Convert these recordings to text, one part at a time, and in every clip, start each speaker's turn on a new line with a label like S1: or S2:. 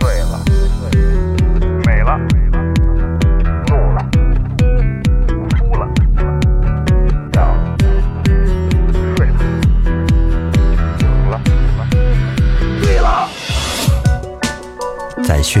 S1: 醉了，美了，怒了，哭了，笑了，睡了，醒了，醉了。
S2: 在眩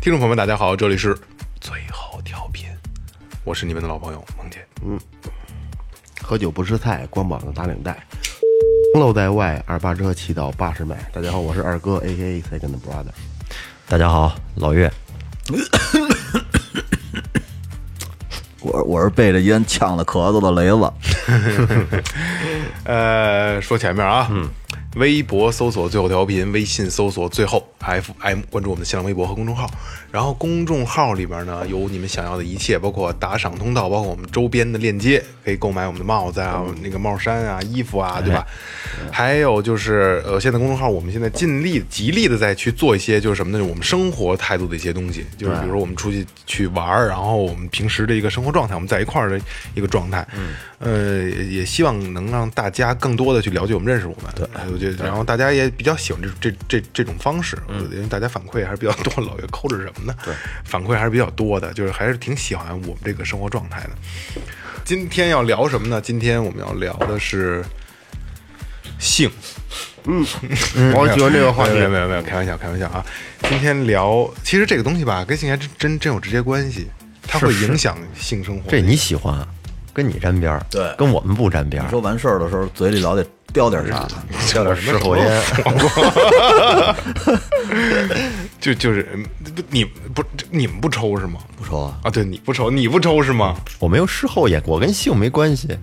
S3: 听众朋友们，大家好，这里是最后调频，我是你们的老朋友萌姐。
S4: 喝酒不吃菜，光膀子打领带。楼在外，二八折起到八十迈。大家好，我是二哥，A K A Second Brother。
S2: 大家好，老岳，
S5: 我我是被这烟呛得咳嗽的雷子，
S3: 呃，说前面啊，嗯，微博搜索最后调频，微信搜索最后 FM，关注我们的新浪微博和公众号。然后公众号里边呢，有你们想要的一切，包括打赏通道，包括我们周边的链接，可以购买我们的帽子啊、那个帽衫啊、衣服啊，对吧？还有就是，呃，现在公众号我们现在尽力、极力的在去做一些，就是什么呢？就是我们生活态度的一些东西，就是比如说我们出去去玩儿，然后我们平时的一个生活状态，我们在一块儿的一个状态，呃，也也希望能让大家更多的去了解我们、认识我们。对，我觉得，然后大家也比较喜欢这这这这种方式，我觉得因为大家反馈还是比较多， 老岳抠着什么呢？对，反馈还是比较多的，就是还是挺喜欢我们这个生活状态的。今天要聊什么呢？今天我们要聊的是性。
S4: 我喜欢这个话题
S3: 没。有没有没有，开玩笑开玩笑啊！今天聊，其实这个东西吧，跟性还真真真有直接关系，它会影响性生活。
S2: 这你喜欢啊，跟你沾边儿，
S5: 对
S2: 跟我们不沾边儿
S5: 说。完事儿的时候嘴里老得叼点啥，
S3: 这点
S2: 事后烟，
S3: 就就是嗯不你不这你们不抽是吗？
S5: 不抽啊。
S3: 啊，对，你不抽，你不抽是吗？
S2: 我没有事后烟，我跟性没关系。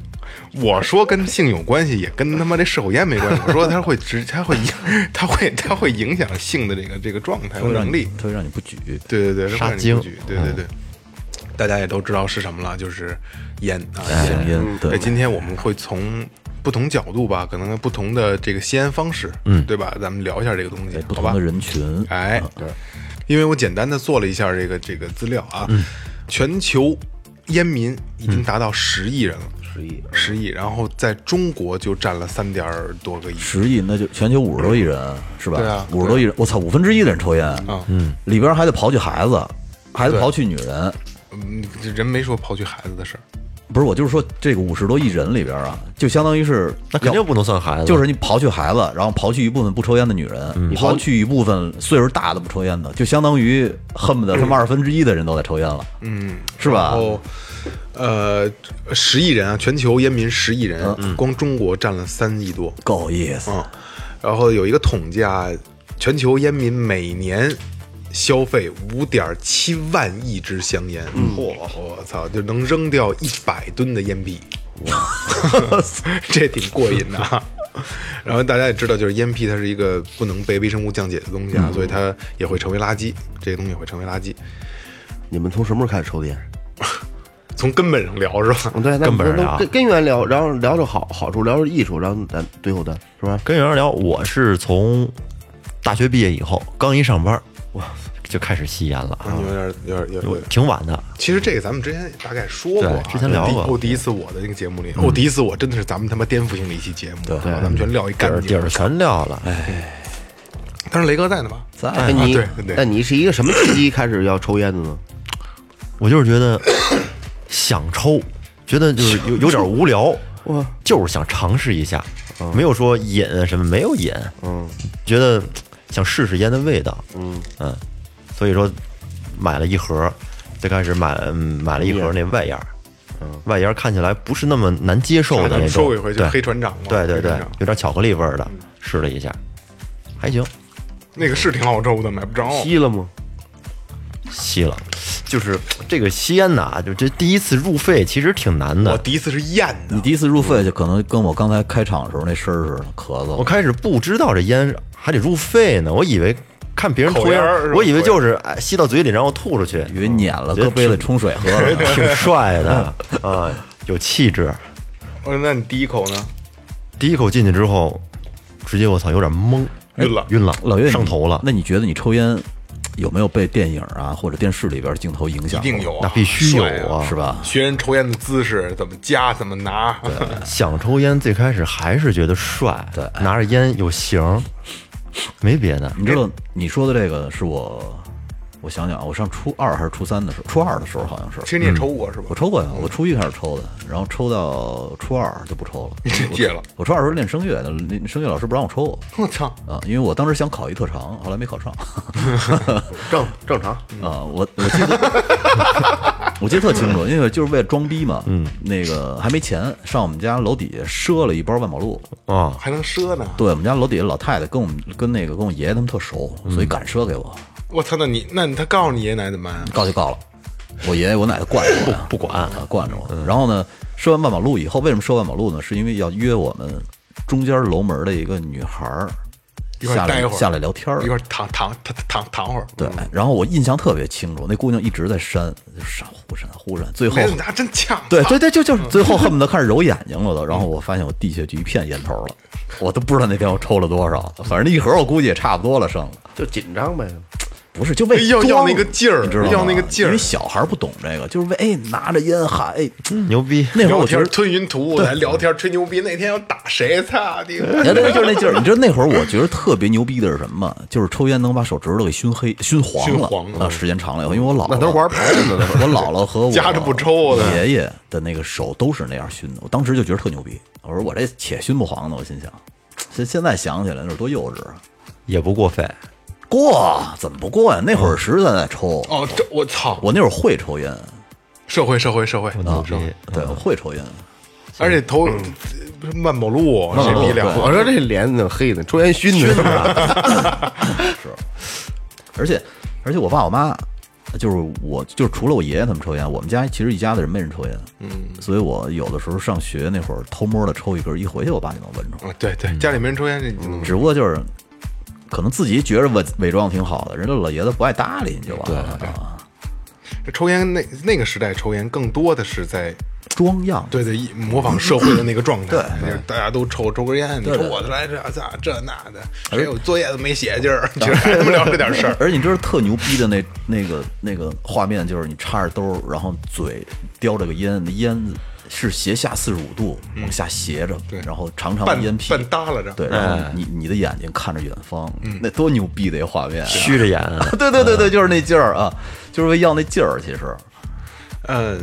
S3: 我说跟性有关系，也跟他妈这事后烟没关系。我说它会直，它会影，它会它会影响性的这个这个状态
S5: 它
S3: 和
S5: 会让
S3: 能力
S5: 你，。它会让你不举。
S3: 对对对，
S2: 杀
S3: 会让你
S2: 精
S3: 出局对
S5: 嗯
S3: 对对，大家也都知道是什么了，就是烟啊，
S5: 香烟哎对
S3: 今天我们会从不同角度吧，可能不同的这个吸烟方式，嗯，对吧？咱们聊一下这个东西
S5: 给，哎不
S3: 好
S5: 同
S3: 吧
S5: 的？人嗯群，
S3: 哎，对，因为我简单的做了一下这个这个资料啊，
S5: 嗯
S3: 全球烟民已经达到十亿人了，
S5: 嗯十亿
S3: 十亿，然后在中国就占了三点多个亿，
S5: 十亿，那就全球五十多亿人是吧？
S3: 对啊
S5: 五十多亿人，我操，五分之一的人抽烟，嗯，里边还得刨去孩子，还得刨去女人，
S3: 嗯，这人没说刨去孩子的事儿，
S5: 不是，我就是说这个五十多亿人里边啊，就相当于是
S2: 那肯
S5: 要
S2: 定不能算孩子，
S5: 就是你刨去孩子，然后刨去一部分不抽烟的女人，
S3: 嗯
S5: 刨去一部分岁数大的不抽烟的，就相当于恨不得他妈二分之一的人都在抽烟了，
S3: 嗯，
S5: 是
S3: 然？
S5: 吧
S3: 后，呃，十亿人啊，全球烟民十亿人，光中国占了三亿多，
S5: 够意思，
S3: 嗯，然后有一个统计啊，全球烟民每年消费五点七万亿支香烟，嗯嚯、我操，就能扔掉一百吨的烟币， 这挺过瘾的啊。然后大家也知道，就是烟屁它是一个不能被微生物降解的东西啊，所以它也会成为垃圾，这些东西也会成为垃圾。
S4: 你们从什么时候开始抽的烟？
S3: 从根本上聊是吧？
S4: 嗯，对，
S2: 根本上
S4: 咱们
S2: 聊
S4: 都根根源聊，然后聊着好好处，聊着艺术，然后咱最后的是吧？
S2: 跟圆聊，我是从大学毕业以后，刚一上班，哇，就开始吸烟了啊，
S3: 嗯有点有点有
S2: 我
S3: 点。
S2: 挺晚的。
S3: 其实这个咱们之前也大概说过、啊，
S2: 对之前聊过嗯
S3: 我第一次我的那个节目里，我第一次我真的是咱们他妈颠覆性的一期节目，对，咱们全撂一
S2: 底
S3: 干
S2: 儿底
S3: 净
S2: 儿。全撂了，哎，
S3: 但是雷哥在呢吧？
S5: 在
S4: 那你
S3: 对对
S4: 那你是一个什么契机开始要抽烟的 呢？
S2: 我就是觉得 想抽，觉得就是有有点无聊，就是想尝试一下，
S3: 嗯
S2: 没有说瘾啊什么，没有瘾，嗯，觉得想试试烟的味道，嗯所以说买了一盒，最开始买嗯买了一盒那外烟儿，外烟儿看起来不是那么难接受的
S3: 咱
S2: 那
S3: 们
S2: 种，
S3: 说嗯过一回，就
S2: 对
S3: 黑船长嘛，
S2: 对对
S3: 黑
S2: 对
S3: 船长，嗯
S2: 有点巧克力味儿的，试了一下，还行，
S3: 那个是挺好抽的，买不着。
S4: 吸了吗？
S2: 吸了。就是这个吸烟呐，就这第一次入肺其实挺难
S3: 我
S2: 的。嗯
S3: 第一次是咽的
S5: 你，第一次入肺就可能跟我刚才开场的时候那声儿似的，咳
S2: 我
S5: 嗽。
S2: 开始不知道这烟还得入肺呢，我以为看别人
S3: 口
S2: 抽烟
S3: 烟儿是吧，
S2: 我以为就是哎吸到嘴里然后吐出去，
S5: 以为撵了，
S2: 觉得
S5: 搁杯里冲水喝 了。
S2: 挺帅的
S3: 嗯
S2: 啊，有气质。
S3: 我说哦那你第一口呢？
S2: 第一口进去之后，直接我操有点懵，哎
S3: 晕了
S2: 晕了，
S5: 老岳，你
S2: 上头了，
S5: 那你觉得你抽烟有没有被电影啊或者电视里边镜头影
S3: 一
S5: 响？
S3: 定，有、啊，
S2: 那必须有
S3: 帅啊！
S2: 啊，
S5: 是？吧？
S3: 学人抽烟的姿势怎么夹，怎么拿，
S2: 想抽烟最开始还是觉得帅，
S5: 对
S2: 拿着烟有型儿，没别的。
S5: 你知道你说的这个是我，我想想啊，我上初二还是初三的时候，初二的时候好像
S3: 其
S5: 是
S3: 实你也抽过是吧
S5: 我？抽过呀，我初一开始抽的，然后抽到初二就不抽了，
S2: 嗯
S5: 我
S3: 戒了。
S5: 我初二的时候练声乐，那声乐老师不让我抽
S3: 我操！
S5: 啊，因为我当时想考一特长，后来没考 上。
S4: 正正常，
S3: 嗯
S5: 啊，我我记得，我记得 特清楚，因为就是为了装逼嘛，嗯，那个还没钱，上我们家楼底下赊了一包万宝路。
S2: 啊，
S3: 还能赊呢？
S5: 对我们家楼底下老太太跟我们跟那个跟我爷爷他们特熟，
S2: 嗯
S5: 所以敢赊给我，
S3: 我操！那你那你他告诉你爷爷奶奶怎么办啊？
S5: 告就告了。我爷爷我奶奶惯着我呀，
S2: 不不管嗯
S5: 啊，惯着我。然后呢，赊完万宝路以后，为什么赊万宝路呢？是因为要约我们中间楼门的一个女孩儿
S3: 一块儿
S5: 下
S3: 待一
S5: 来
S3: 会儿，
S5: 下来聊天儿
S3: 一块儿躺躺躺躺躺会儿。
S5: 对，然后我印象特别清楚，那姑娘一直在扇，就扇忽扇忽扇，最后
S3: 没怎嗯么还真呛。
S5: 对对对，就就是最后恨不得开始揉眼睛了都，然后
S3: 嗯
S5: 我发现我地下就一片烟头了，我都不知道那天我抽了多少，反正那一盒我估计也差不多了，剩了
S4: 就紧张呗。
S5: 不是就为
S3: 要要
S5: 装
S3: 那个劲儿
S5: 你知道吗？
S3: 要那个劲儿
S5: 因为小孩不懂这个，就是为哎拿着烟喊哎，
S2: 牛逼！
S5: 那会儿
S3: 聊
S5: 我觉
S3: 天
S5: 得
S3: 儿吞云吐雾，咱聊天儿吹牛逼。那天要打谁？操你！
S5: 你看，对，就是那劲儿。你知道那会儿我觉得特别牛逼的是什么吗？就是抽烟能把手指头给熏黑、熏黄了。
S3: 熏黄了
S5: 啊，时间长了以后，因为我姥姥
S4: 那都是玩牌呢那都
S5: 我姥姥和我
S3: 夹着不抽的
S5: 爷爷的那个手都是那样熏的。我当时就觉得特牛逼，我说我这且熏不黄呢，我心想，现现在想起来那是多幼稚啊！
S2: 也不过分，
S5: 过怎么不过呀？那会儿实在在抽，
S3: 哦，这我操！
S5: 我那会儿会抽烟
S3: 社会社会社会，
S2: 牛
S5: 啊
S2: 逼！，
S5: 对，我会抽烟。
S3: 而且头呃不是慢跑路，
S5: 慢
S3: 谁
S5: 跑路
S3: 逼凉
S5: 对
S3: 了？
S4: 我说这脸怎么黑呢？抽烟熏的，
S5: 而且而且我爸我妈，就是我就是除了我爷爷他们抽烟，我们家其实一家子人没人抽烟，嗯，所以我有的时候上学那会儿偷摸的抽一根，一回去我爸就能闻出来。
S3: 啊，对对，家里没人抽烟，这你能
S5: 只不过就是可能自己觉着伪伪装挺好的，人家老爷子不爱搭理你就完了，啊
S3: 抽烟那那个时代抽烟更多的是在
S5: 装样。
S3: 对对一模仿社会的那个状态，
S5: 对
S3: 就是大家都抽抽根烟，你
S5: 对
S3: 抽
S5: 对。
S3: 我的来这这这那的，谁有作业都没写劲儿，就是还他妈聊这点事儿
S5: 而且你知道特牛逼的那那个那个画面，就是你插着兜，然后嘴叼着个烟，那烟是斜下四十五度往下斜着，
S3: 嗯对
S5: 然后长长的
S3: 半
S5: 烟屁
S3: 半耷拉着，
S5: 对，然
S3: 哎
S5: 后你你的眼睛看着远方，
S3: 嗯
S5: 那多牛逼的一画面啊！
S2: 虚着眼 啊，
S5: 对对对对，就是那劲儿啊，就是为要那劲儿。其实
S3: 嗯，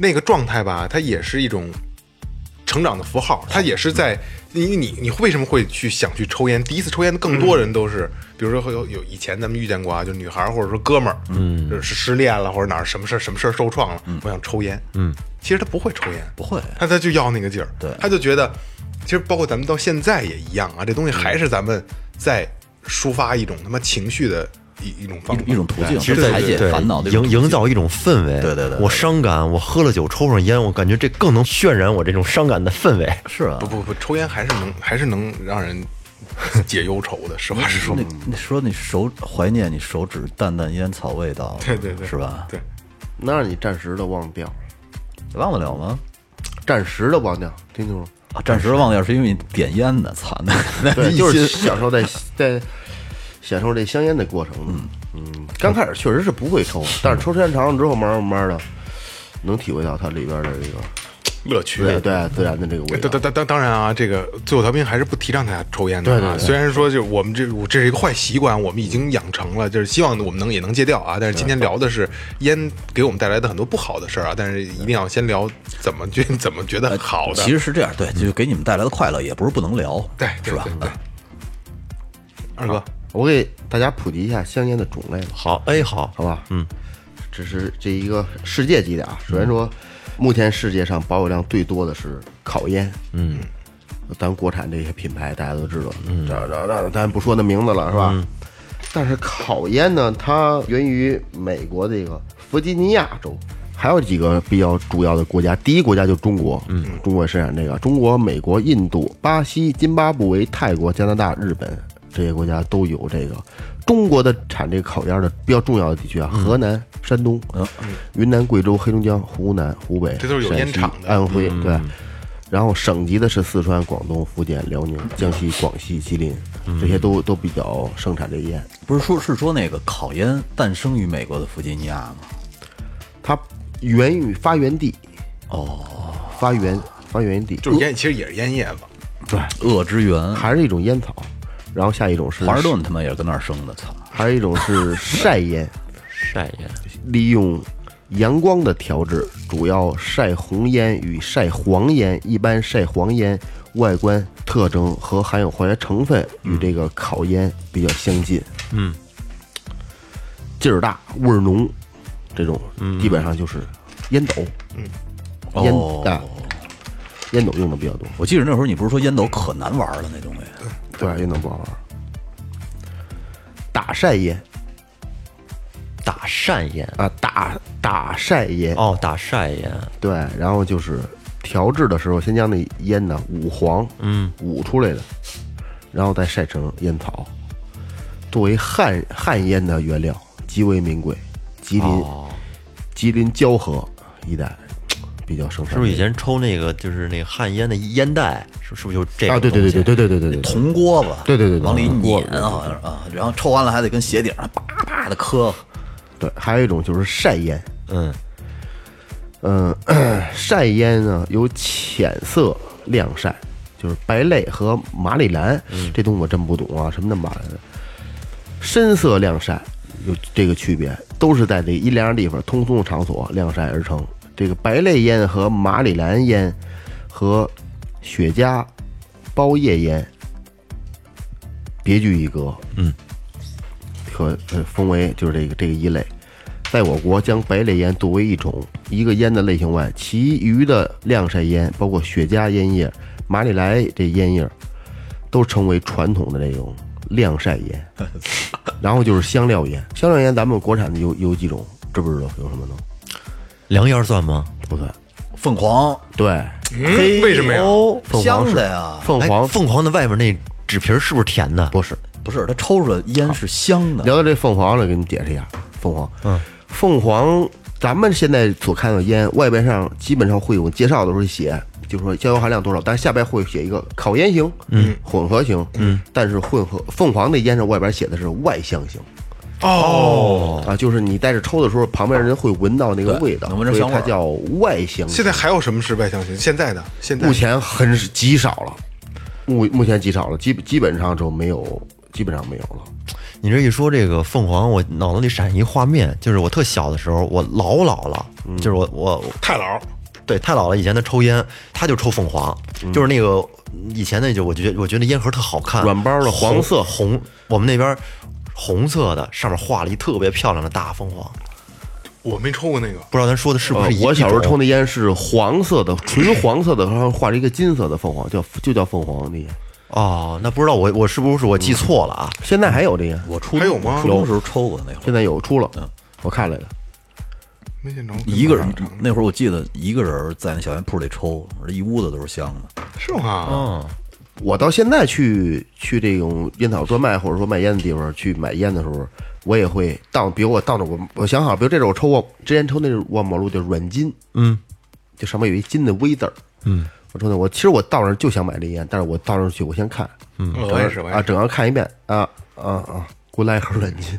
S3: 那个状态吧，它也是一种成长的符号，它也是在你你你为什么会去想去抽烟？第一次抽烟的更多人都是，比如说会有有以前咱们遇见过啊，就女孩儿或者说哥们儿，嗯，就是失恋了或者哪儿什么事儿什么事儿受创了，我想抽烟，嗯，其实他不会抽烟，
S5: 不会
S3: 他他就要那个劲儿，
S5: 对
S3: 他就觉得，其实包括咱们到现在也一样啊，这东西还是咱们在抒发一种他妈情绪的一一种方法，
S5: 一一种途径，
S2: 其实
S5: 排解
S2: 对
S5: 烦恼的一种
S2: 营
S5: 途径
S2: 营造一种氛围。
S5: 对对对对
S2: 我伤感，我喝了酒，抽上烟，我感觉这更能渲染我这种伤感的氛围。
S5: 是啊
S3: 不。不不，抽烟还是能还是能让人解忧愁的，实话实说
S5: 那。那说你手怀念你手指淡淡烟草味道，
S3: 对对对，
S5: 是吧？
S3: 对，
S4: 能让你暂时的忘掉，
S5: 忘得了吗？
S4: 暂时的忘掉，听清楚。
S5: 啊，暂时忘掉是因为你点烟呢，操，那 那
S4: 对，
S5: 一
S4: 就是
S5: 心
S4: 享受在在享受这香烟的过程。嗯嗯，刚开始确实是不会抽，但是抽时间长了之后，慢慢慢慢的能体会到它里边的这个
S3: 乐趣。
S4: 对对自然的这个味
S3: 当
S4: 道。
S3: 当当当当然啊，这个最后调频还是不提倡大家抽烟的啊。
S4: 对对对
S3: 虽然说就是我们这我这是一个坏习惯，我们已经养成了，就是希望我们能也能戒掉啊。但是今天聊的是烟给我们带来的很多不好的事儿啊，但是一定要先聊怎么觉怎么觉得好的。嗯
S5: 其实是这样，对，就给你们带来的快乐也不是不能聊，
S3: 对
S5: 是
S3: 对
S5: 吧
S3: 对？对，二哥，
S4: 我给大家普及一下香烟的种类吧。
S2: 好，哎，好，
S4: 好吧？嗯，这是这一个世界级的啊。首先说，目前世界上保有量最多的是烤烟，嗯，咱国产这些品牌大家都知道，嗯，这这这咱不说那名字了，是吧？但是烤烟呢，它源于美国这个弗吉尼亚州。还有几个比较主要的国家，第一国家就是中国，嗯，中国也生产这个，中国、美国、印度、巴西、津巴布韦、泰国、加拿大、日本这些国家都有这个中国的产这个烤烟的比较重要的地区啊，河南、山东、云南、贵州、黑龙江、湖南、湖北，
S3: 这都是有
S4: 陕
S3: 烟
S4: 西
S3: 厂的
S4: 安徽对。然后省级的是四川、广东、福建、辽宁、江西、广西、吉林，这些都都比较盛产这烟。
S5: 不是说，是说那个烤烟诞生于美国的弗吉尼亚吗？
S4: 它源于发源地哦，发源发源地
S3: 就是烟，其实也是烟叶子。
S5: 恶之源，
S4: 还是一种烟草，然后下一种是
S5: 华盛顿他妈也是跟那儿生的，操！
S4: 还有一种是晒烟，
S2: 晒烟，
S4: 利用阳光的调制，主要晒红烟与晒黄烟。一般晒黄烟外观特征和含有化学成分与这个烤烟比较相近，嗯，劲儿大，味儿浓，这种基本上就是烟斗，嗯，烟
S5: 哦
S4: 啊，烟斗用的比较多，
S5: 我记得那会儿你不是说烟斗可难玩了那东西，
S4: 对，烟斗不好玩儿。打晒烟
S2: 打扇烟
S4: 啊，打打晒烟
S2: 哦，打晒烟，
S4: 对，然后就是调制的时候，先将那烟呢捂黄，嗯，捂出来的，然后再晒成烟草，作为旱旱烟的原料，极为名贵。吉林、
S2: 哦
S4: 吉林蛟河一带比较盛
S2: 是
S4: 产
S2: 不
S4: 这个，
S2: 是以前抽那个就是那个旱烟的烟袋，是是不是就这个
S4: 啊？对对对对对对对对对对
S5: 铜锅子，
S4: 对对对对
S5: 往里
S4: 铜锅
S5: 碾
S4: 子
S5: 好像是啊，然后抽完了还得跟鞋底上啪啪的磕，
S4: 对，还有一种就是晒烟，
S2: 嗯
S4: 嗯， 晒烟呢有浅色晾晒，就是白类和马里兰，这东西我真不懂啊，什么叫马里兰？深色晾晒有这个区别，都是在这阴凉的地方、通风的场所晾晒而成。这个白类烟和马里兰烟和雪茄、包叶烟别具一格，嗯，和呃分为就是这个这个一类。在我国将白类烟作为一种一个烟的类型外，其余的晾晒烟，包括雪茄烟叶、马里莱这烟叶，都成为传统的这种晾晒 烟。然后就是香料烟，香料烟咱们国产的有有几种，知不知道有什么呢？
S2: 凉烟算吗？
S4: 不算，
S5: 凤凰
S4: 对，
S3: 嗯，为什么呀？
S5: 哦
S4: 凤凰
S5: 香
S4: 是
S5: 的呀，
S4: 凤
S2: 哎
S4: 凰
S2: 凤凰的外面那纸皮儿是不是甜的？
S4: 不是。
S5: 不是它抽出来烟是香的，
S4: 聊到这凤凰啊了，给你解释一下凤凰。嗯，凤凰，咱们现在所看到的烟，外边上基本上会有介绍的时候写，就是说焦油含量多少，但是下边会写一个烤烟型，嗯，混合型，嗯，但是混合凤凰那烟上外边写的是外香型。哦，啊，就是你在这抽的时候，旁边人会闻到那个味道，
S5: 能闻着
S4: 所以
S5: 香味儿
S4: 它叫外香型。
S3: 现在还有什么是外向型？现在的现在
S4: 目前很极少了，目目前极少了，基基本上就没有，基本上没有了。
S2: 你这一说这个凤凰，我脑子里闪一画面，就是我特小的时候，我老姥姥，
S4: 嗯
S2: 就是我我我
S3: 太老，
S2: 对太姥姥以前她抽烟，她就抽凤凰，
S4: 嗯
S2: 就是那个以前那就我觉得我觉得那烟盒特好看，
S4: 软包的
S2: 红
S4: 黄色
S2: 红，我们那边红色的上面画了一特别漂亮的大凤凰，
S3: 我没抽过那个。
S2: 不知道咱说的是不是一、
S4: 呃我小时候
S2: 一种
S4: 抽那烟是黄色的，纯黄色的，然后画了一个金色的凤凰，叫就叫凤凰那烟。
S2: 哦，那不知道我我是不是我记错了啊？
S4: 现在还有这烟，
S5: 我初
S3: 还有
S5: 中
S3: 吗
S5: 我初中时候抽过那会儿
S4: 现，在有出了，
S2: 嗯
S4: 我看来了。
S3: 没见着
S5: 一个人
S3: 尝尝
S5: 那会儿我记得一个人在那小烟铺里抽，一屋子都是香的，
S3: 是吗？啊
S4: 我到现在去去这种烟草专卖或者说卖烟的地方去买烟的时候，我也会到，比如我到那我我想好，比如这种我抽过，之前抽那种万宝路叫软金，
S2: 嗯，
S4: 就上面有一金的 V 字儿，嗯，我抽那我其实我到那儿就想买这烟，但是我到那儿去我先看，嗯，
S3: 我也是，我也
S4: 啊，
S3: 是。
S4: 整个看一遍啊啊啊！给我来一盒软禁，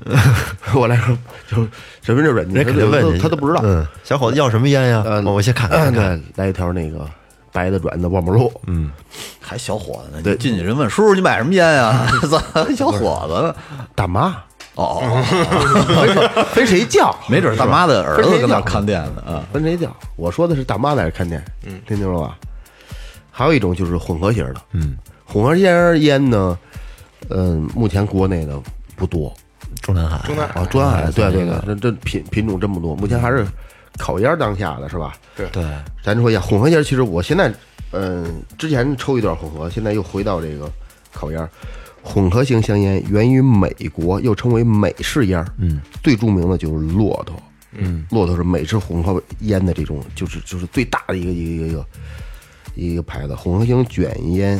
S4: 我来一盒就是什么叫软禁？
S2: 人家肯定
S4: 他都
S2: 问你，
S4: 他都不知道。
S2: 嗯，小伙子要什么烟呀？
S4: 嗯
S2: 我我先看看。看
S4: 对，来一条那个白的软的万宝路，嗯，
S5: 还小伙子呢。
S4: 对
S5: 你进去人问叔叔你买什么烟呀？ 咋还小伙子呢？
S4: 大妈，
S5: 哦哦，哦
S4: 分谁叫？
S5: 没准儿大妈的儿子跟那儿
S4: 是吧
S5: 看店呢啊。
S4: 分谁叫？我说的是大妈在这看店，嗯，听清楚吧？还有一种就是混合型的，嗯，混合型烟呢，嗯，目前国内的不多，
S2: 中南海，
S3: 中南
S4: 啊，专海，对对对，这这品品种真不多，目前还是烤烟当下的是吧？
S3: 对
S2: 对，
S4: 咱说一下混合烟，其实我现在，嗯、之前抽一段混合，现在又回到这个烤烟儿。混合型香烟源于美国，又称为美式烟。嗯，最著名的就是骆驼。嗯，骆驼是美式混合烟的这种，就是就是最大的一个一个一个一个一个牌子。混合型卷烟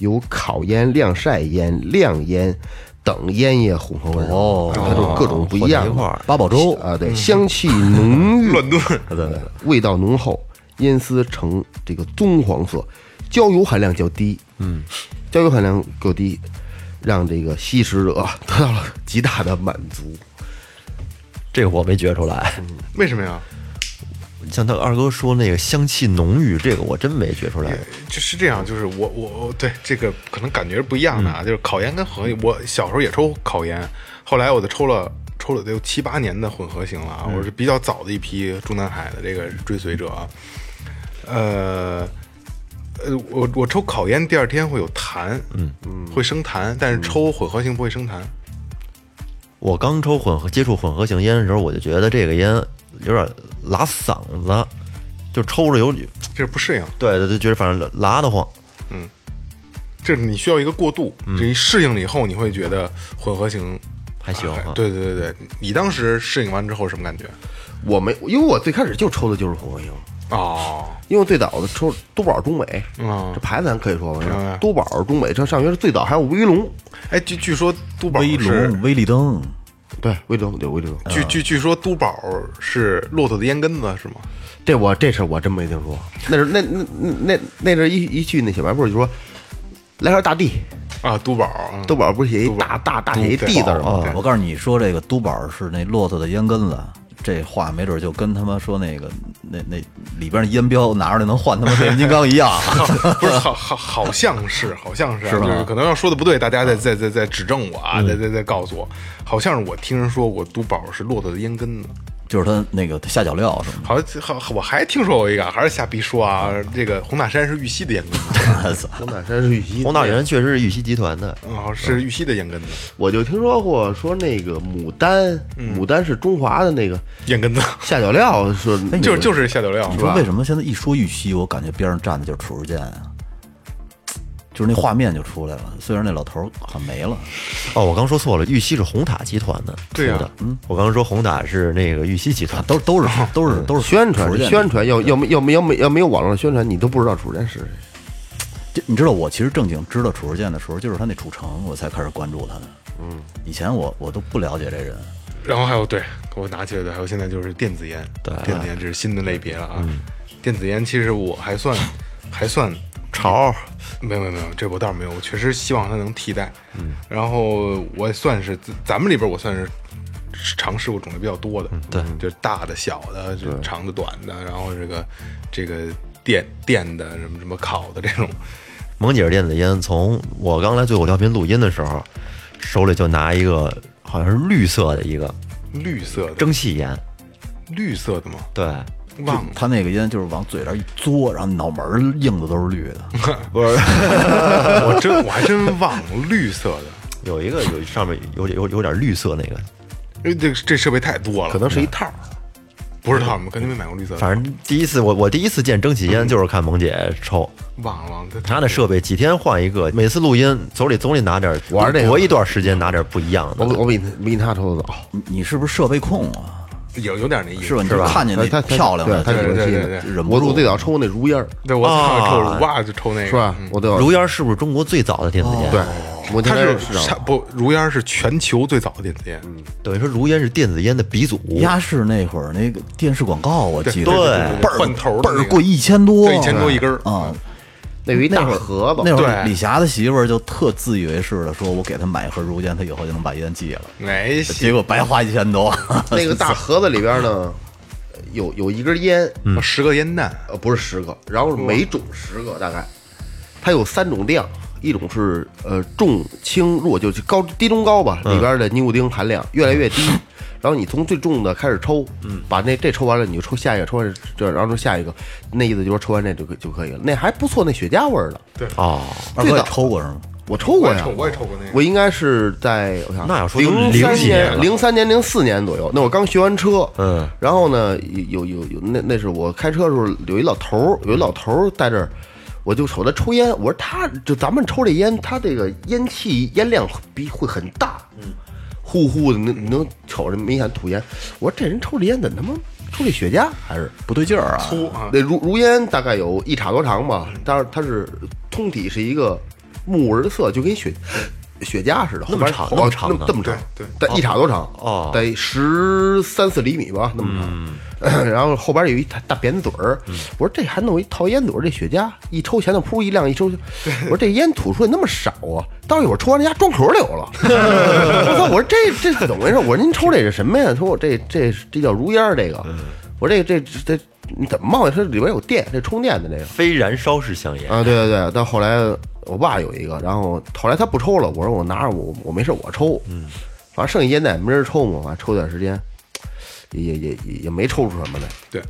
S4: 有烤烟、晾晒烟、晾烟、等烟叶混合温
S5: 哦
S4: 柔，它就各种不一样
S2: 混在一块儿
S5: 八宝粥
S4: 啊，对，香气浓郁，
S3: 乱炖，
S4: 对，味道浓厚，烟丝呈这个棕黄色，焦油含量较低，嗯，焦油含量够低，让这个吸食者啊得到了极大的满足。
S2: 这个我没觉出来。
S3: 为什么呀？
S2: 嗯像他二哥说那个香气浓郁，这个我真没觉出来。
S3: 就是这样，就是我我我对这个可能感觉是不一样的啊，
S5: 嗯
S3: 就是烤烟跟混合，我小时候也抽烤烟，后来我就抽了抽了得有七八年的混合型了啊，
S5: 嗯
S3: 我是比较早的一批中南海的这个追随者啊，呃。呃，我我抽烤烟，第二天会有痰，嗯嗯，会生痰，但是抽混合型不会生痰，
S2: 我刚抽混合接触混合型烟的时候，我就觉得这个烟有点拉嗓子，就抽着有
S3: 这是不适应，
S2: 对对，就觉得反正拉得慌。
S3: 这是你需要一个过渡，这一适应了以后，你会觉得混合型
S2: 还行
S3: 哎
S2: 啊
S3: 对对对对，你当时适应完之后什么感觉？
S4: 我没，因为我最开始就抽的就是红灰鹰，
S3: 哦，
S4: 因为最早的抽多宝中美，
S3: 嗯
S4: 这牌子咱可以说吧，
S3: 明白
S4: 多宝中美，这上学是最早还有威龙，
S3: 哎，据据说都宝
S5: 威
S3: 是
S5: 龙、威利登，
S4: 对，威龙对威龙，
S3: 据据据说都宝是骆驼的烟根子是吗？
S4: 这我这事儿我真没听说，那是那那那那那阵儿一一去那小卖部就说。来块大地，
S3: 啊，都宝，嗯
S4: 豆宝不是写一
S3: 都宝
S4: 大大大写一
S3: 都
S4: 地字儿吗？
S5: 啊，我告诉你说，这个都宝是那骆驼的烟根子，这话没准就跟他妈说那个那那里边的烟标拿出来能换他妈变形金刚一样。
S3: 不是，好好好像是，好像是啊，
S5: 是吧
S3: 就是可能要说的不对，大家再再再再指正我啊，再再再告诉我，好像是我听人说过都宝是骆驼的烟根子，
S5: 就是他那个下脚料什么
S3: 好像好我还听说过一个，还是瞎逼说啊，这个红塔山是玉溪的烟根子，
S5: 的，操
S4: 红塔山是玉溪，
S2: 红大人确实是玉溪集团的，
S3: 啊，是玉溪的烟根子，
S4: 我就听说过说那个牡丹，牡丹是中华的那个
S3: 烟 根子，
S4: 下脚料，是
S5: 哎
S3: 就是就是下酒料
S5: 你
S3: 是
S5: 说
S3: 吧？
S5: 为什么现在一说玉溪，我感觉边上站的就是褚时健啊？就是那画面就出来了，虽然那老头儿好像没了，
S2: 哦，我刚说错了，玉溪是红塔集团的
S3: 对啊
S2: 出的。嗯，我刚说红塔是那个玉溪集团，
S5: 都都是都是都是
S4: 宣传
S5: 褚时健
S4: 宣传，要要没要没要没要没有网络的宣传，你都不知道楚人是谁。
S5: 这你知道我其实正经知道褚时健的时候，就是他那褚橙，我才开始关注他的。嗯，以前我我都不了解这人。
S3: 然后还有对我拿起来的，还有现在就是电子烟，对，电子烟这是新的类别了啊。电子烟其实我还 算还算潮，没有没有没有，这我倒是没有，我确实希望它能替代。嗯，然后我也算是咱们里边我算是。尝试过种类比较多的，嗯对，就是大的、小的，就是长的、短的，然后这个这个电电的什么什么烤的这种，
S2: 萌姐儿电子烟，从我刚来最后调频录音的时候，手里就拿一个好像是绿色的一个
S3: 绿色的，
S2: 蒸汽烟，
S3: 绿色的吗？
S2: 对，
S3: 忘了，
S5: 他那个烟就是往嘴上一嘬，然后脑门儿硬的都是绿的。
S3: 我真我还真忘了绿色的，
S2: 有一个有上面有有有点绿色那个，
S3: 因为这这设备太多了，嗯
S4: 可能是一套，
S3: 不是他们，肯定没买过绿色的。
S2: 反正第一次我我第一次见蒸汽 烟就是看萌姐抽，
S3: 忘了忘了，
S2: 她的设备几天换一个，每次录音手里总得拿点儿
S4: 玩这个
S2: 隔一段时间拿点儿不一样
S4: 我
S2: 的。
S4: 我比他比他抽的早，
S5: 你你是不是设备控啊？
S3: 有有点那意思，
S5: 是吧？你就是
S2: 吧
S5: 看见
S4: 他
S5: 那
S4: 他他
S5: 漂亮的，
S4: 对他
S5: 就
S4: 挺
S3: 对
S4: 气
S3: 对
S4: 的
S3: 对。对
S5: 忍不
S4: 我
S5: 住
S4: 我最早抽那如烟儿，
S3: 对我操，
S2: 啊
S3: 抽乳哇就抽那个嗯
S4: 是吧？我最早
S2: 如烟是不是中国最早的电子
S3: 哦
S2: 烟？啊
S4: 对，，摩天
S3: 它
S4: 大
S3: 是
S4: 楼市场
S3: 它不如烟是全球最早的电子烟，
S5: 嗯
S2: 等于说如烟是电子烟的鼻祖。
S5: 鸭市那会儿那个电视广告，我记得
S2: 对
S5: 倍儿
S3: 换头
S5: 倍
S3: 的那个
S5: 儿贵，一千多，
S3: 对一千多一根儿
S5: 啊。
S4: 那有一
S5: 那
S4: 大
S5: 会儿
S4: 盒子，
S5: 那会
S3: 对
S5: 儿李霞的媳妇儿就特自以为是的说：“我给她买一盒如烟，她以后就能把烟戒了。”
S3: 没
S5: 结
S3: 戏，
S5: 果白花一千多。
S4: 那个大盒子里边呢，有有一根烟，
S5: 嗯
S3: 啊十个烟弹，
S4: 呃，不是十个，然后每种十个大概，它有三种量，一种是呃重轻弱，就是高低中高吧，
S3: 嗯
S4: 里边的尼古丁含量越来越 低，然后你从最重的开始抽，
S3: 嗯
S4: 把那这抽完了你就抽下一个，抽完这然后抽下一个，那意思就是抽完这就可就可以了，那还不错，那雪茄味儿的，
S2: 哦，
S5: 二
S4: 最
S5: 哥也
S4: 早
S5: 抽过是吗？
S4: 我抽过
S5: 啊
S3: 我也
S4: 呀
S3: 抽，我也抽过那个，
S4: 我应该是在我想
S2: 那要说都
S4: 零
S2: 零
S4: 三
S2: 几年
S4: 年、
S2: 了
S4: 零三年、零四年左右，那我刚学完车，
S2: 嗯，
S4: 然后呢，有有有那那是我开车的时候，有一老头儿，有一老头儿在这儿，我就瞅他抽烟，我说他就咱们抽这烟，他这个烟气烟量比会很大，嗯，呼呼的，能能瞅着明显吐烟，我说这人抽这烟怎么他妈抽这雪茄还是？
S5: 不对劲儿啊！
S3: 粗啊，
S4: 那如如烟大概有一拃多长吧，但是它是通体是一个木纹色，就跟雪雪茄似的，
S2: 那么
S4: 后边
S2: 长
S4: 后
S2: 那么
S4: 哦
S2: 长
S4: 那
S2: 呢
S4: 这么长，
S3: 对对
S4: 但一塔多长
S2: 哦
S4: 得十三四厘米吧，那么长。 然后后边有一大大扁嘴儿，我说这还弄一套烟嘴儿，这雪茄一抽前头噗一亮一抽，我说这烟吐出来那么少啊，到一会儿抽完人家装壳里有了。 我操！我说这这怎么回事？我说您抽这是什么呀？他说我这这这叫如烟儿这个。我说这这这你怎么冒呀？它里边有电，这充电的这个。
S2: 非燃烧式香烟，
S3: 嗯
S4: 啊，对对对，到后来我爸有一个，然后后来他不抽了，我说我拿着我我没事我抽，嗯，反正剩下烟袋没人抽嘛，反正抽点时间，也也也也也没抽出什么来，
S3: 对，嗯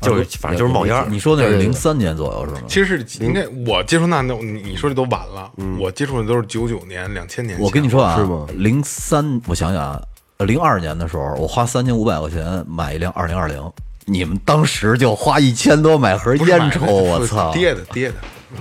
S2: 就是反正就是冒烟儿。
S5: 你说那是
S4: 对对对
S5: 零三年左右是吗？
S3: 其实是应该我接触那那你你说这都晚了，我接触的都是九九年、两千年前。
S5: 嗯我跟你说啊
S4: 是吗，
S5: 零三，我想想啊，零二年的时候，我花三千五百块钱买一辆二零二零，你们当时就花一千多买盒
S3: 不是买
S5: 烟
S3: 的
S5: 抽，我操，
S3: 跌的跌的，嗯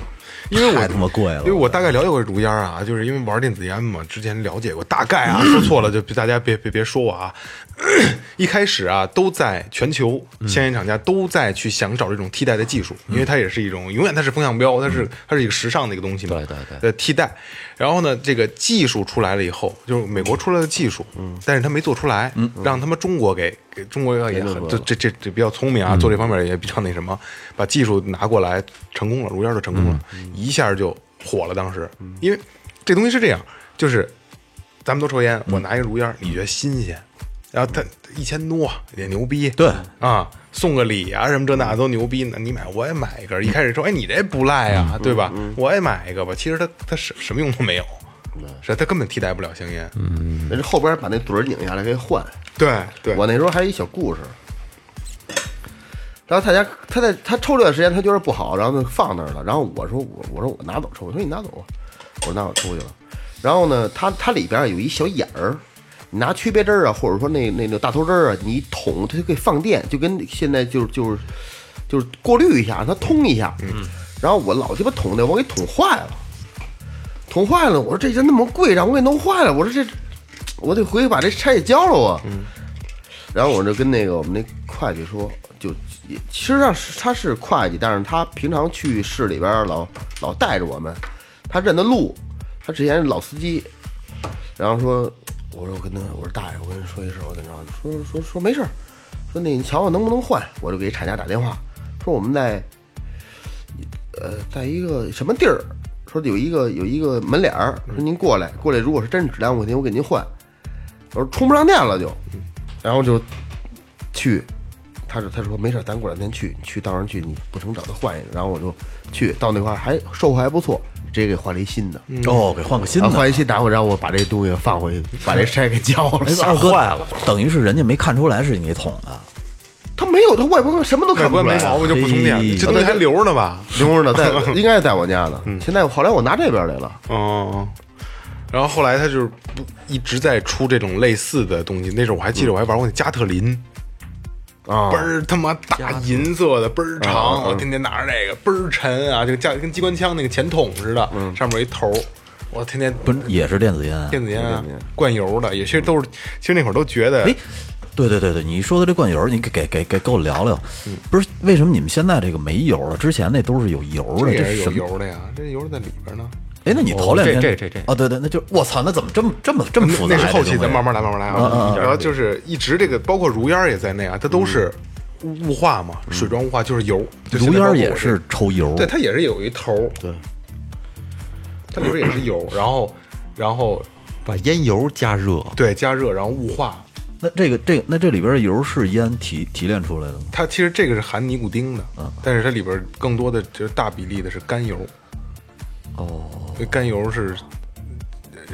S3: 因为我
S5: 太他妈贵了
S3: 因为我大概了解过如烟啊，就是因为玩电子烟嘛，之前了解过，大概啊，说错了就别大家别别别说我啊。 一开始啊，都在全球香烟厂家都在去想找这种替代的技术，因为它也是一种永远它是风向标，它是它是一个时尚的一个东西嘛，
S2: 对对对
S3: 呃替代。然后呢，这个技术出来了以后，就是美国出来的技术，嗯，但是他没做出来，嗯，让他们中国给给中国也很这这这这比较聪明啊，做这方面也比较那什么，把技术拿过来成功了，如烟就成功了，一下就火了。当时，因为这东西是这样，就是咱们都抽烟，
S4: 嗯
S3: 我拿一个如烟，你觉得新鲜，然后他一千多也牛逼，
S5: 对
S3: 啊，送个礼啊什么这那都牛逼呢，你买我也买一根儿，一开始说哎你这不赖啊，
S4: 嗯
S3: 对吧？我也买一个吧，其实它它什什么用都没有，是它根本替代不了香烟，
S4: 嗯人家后边把那嘴儿拧下来给换。
S3: 对对，
S4: 我那时候还有一小故事，然后他家他在他抽这段时间他觉得不好，然后就放那儿了，然后我说我我说我拿走抽，我说你拿走吧，我说拿走抽去了，然后呢它它里边有一小眼儿。你拿曲别针儿啊，或者说那那那大头针儿啊，你一捅它就可以放电，就跟现在就是就是就是过滤一下，让它通一下。嗯。然后我老鸡巴捅的，我给捅坏了。捅坏了，我说这人那么贵，让我给弄坏了，我说这我得回去把这差也交了啊。然后我就跟那个我们那会计说，就也其实上是他是会计，但是他平常去市里边儿老老带着我们，他认得路，他之前是老司机。然后说，我说我跟他，我说大爷，我跟你说一声，我跟你说，说说说没事儿，说那你瞧我能不能换？我就给厂家打电话，说我们在呃，在一个什么地儿，说有一个有一个门脸儿，说您过来，过来如果是真是质量问题，我给您换。我说充不上电了就，然后就去，他说他说没事儿，咱过两天去，去到时候去你不成找他换一个，然后我就去到那块儿还售后还不错，直接给换了一新的，
S5: 哦，给换个新
S4: 然
S5: 的
S3: 啊
S4: 后。换一新，然后然后我把这东西放回去，把这筛给交了。
S5: 二哥坏了，等于是人家没看出来是你啊捅的，
S4: 他没有，他外观什么都
S3: 外
S4: 看不
S3: 观
S4: 出
S3: 没
S4: 来。
S3: 毛病就不充
S5: 嘿
S3: 电，这东西还留着呢吧？
S4: 留着呢，在应该是在我家呢。现在后来我拿这边来了，
S3: 哦，然后后来他就是不一直在出这种类似的东西。那时候我还记得我还玩过那加特林，
S4: 啊
S3: 倍儿他妈大银色的，倍儿
S5: 啊
S3: 长，我天天拿着那个，倍儿沉啊，就加跟机关枪那个前筒似的，
S5: 嗯
S3: 上面有一头儿，我天天
S5: 不是也是电子烟啊？
S3: 电子烟啊，灌油的，也其实都是，其实那会儿都觉得
S5: 哎，对对对对，你说的这灌油，你给给给给跟我聊聊，
S3: 嗯
S5: 不是为什么你们现在这个没油了？之前那都是有油
S3: 这
S5: 的，
S3: 也
S5: 这
S3: 是
S5: 是
S3: 有
S5: 什么？
S3: 油的呀，这油在里边呢。
S5: 哎，那你头两天
S2: 这这这这
S5: 哦，对对，那就我操，那怎么这么这么这么复杂
S3: 那
S5: 呀？
S3: 是后期，
S5: 的嗯
S3: 咱慢慢来，慢慢来啊。然后就是一直这个，包括如烟儿也在内啊，它都是雾化嘛，水状雾化就是油。就现
S5: 如
S3: 在
S5: 烟
S3: 包
S5: 儿
S3: 括
S5: 也
S3: 我这
S5: 是抽油，
S3: 对，它也是有一头儿，对，它里边也是油，然后，然后
S2: 把烟油加热，
S3: 对加热，然后雾化。
S5: 那这个这个那这里边的油是烟提提炼出来的吗？
S3: 它其实这个是含尼古丁的，
S5: 嗯
S3: 但是它里边更多的就是大比例的是甘油。哦，甘油是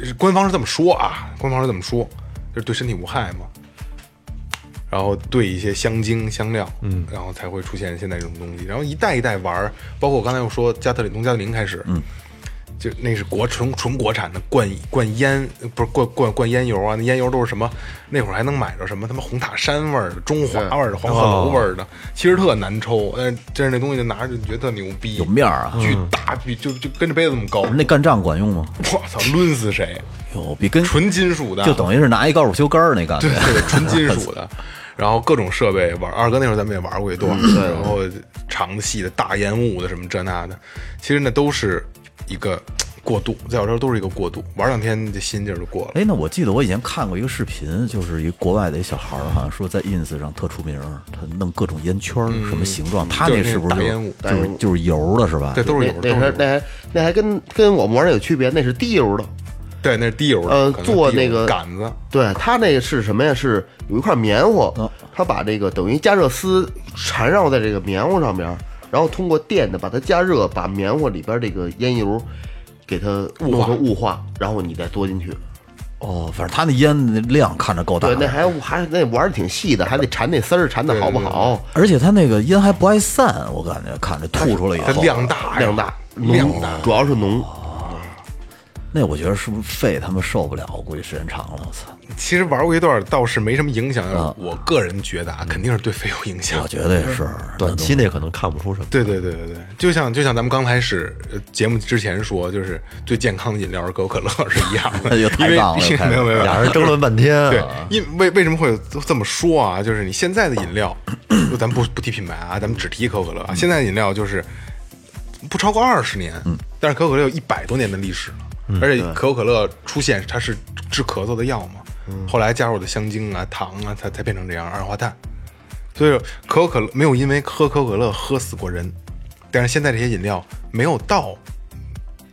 S3: 是官方是这么说啊，官方是这么说，就是对身体无害嘛。然后兑一些香精、香料，嗯，然后才会出现现在这种东西。然后一代一代玩儿，包括我刚才又说加特林，从加特林开始，嗯，就那是国纯纯国产的灌灌烟，不是灌灌灌烟油啊，那烟油都是什么？那会儿还能买着什么他妈红塔山味儿的、中华味儿的、黄鹤楼味儿的，其实特难抽，但是真是那东西就拿着就觉得特牛逼，
S5: 有面儿啊！
S3: 巨大，比就就跟着杯子那么高，
S5: 嗯那干仗管用吗？
S3: 我操，抡死谁？
S5: 有比跟
S3: 纯金属的，
S5: 就等于是拿一高尔夫球杆儿那感觉
S3: 啊对。 对，纯金属的，然后各种设备玩。二哥那会儿咱们也玩过一段
S4: 嗯
S3: 儿，然后长的、细的、大烟雾的什么这那的，其实那都是一个过渡，在我这儿都是一个过渡，玩两天这心劲儿就过了。
S5: 哎，那我记得我以前看过一个视频，就是一国外的一小孩儿，好像说在 ins 上特出名儿，他弄各种烟圈儿，什么形状，他
S3: 嗯就是
S5: 那
S3: 那
S5: 是不是
S3: 大
S5: 就
S3: 烟雾
S5: 是就是就是油的是吧？
S3: 对，都是
S4: 那
S3: 油，
S4: 那还
S3: 都是油
S4: 那还那还跟跟我们玩儿那有区别，那是滴油的。
S3: 对，那是滴油的，
S4: 呃
S3: 可能是
S4: 做
S3: 滴油
S4: 那个
S3: 杆子，
S4: 对，它那个是什么呀？是有一块棉花，它把这个等于加热丝缠绕在这个棉花上面，然后通过电的把它加热，把棉花里边这个烟油给它弄成雾化，然后你再嘬进去。
S5: 哦，反正他那烟的量看着够大
S4: 对，，那还还那玩的挺细的，还得缠那丝儿缠的好不好？
S5: 而且他那个烟还不爱散，我感觉看着吐出来以
S3: 它
S5: 后，
S3: 量大呀，
S4: 量大，
S3: 量
S4: 浓
S3: 大，，
S4: 主要是浓。
S5: 那我觉得是不是肺他们受不了？我估计时间长了，我操！
S3: 其实玩过一段倒是没什么影响，
S4: 嗯
S3: 我个人觉得啊，肯定是对肺有影响
S5: 我。觉得也是，
S2: 短期内可能看不出什么。
S3: 对对对对对，就像就像咱们刚开始呃节目之前说，就是最健康的饮料是可口可乐是一样的，
S5: 又
S3: 因
S5: 抬
S3: 为
S5: 杠了又抬
S3: 没有没有，
S2: 俩人争论半天
S5: 嗯
S2: 啊，
S3: 对，因为为什么会有这么说啊？就是你现在的饮料，就咱不不提品牌啊，咱们只提可口可乐啊。现在的饮料就是不超过二十年，
S5: 嗯
S3: 但是可口可乐有一百多年的历史了。而且可口可乐出现，它是治咳嗽的药嘛，
S5: 嗯
S3: 后来加入的香精啊、糖啊，才才变成这样二氧化碳。所以可口可乐没有因为喝可口可乐喝死过人，但是现在这些饮料没有到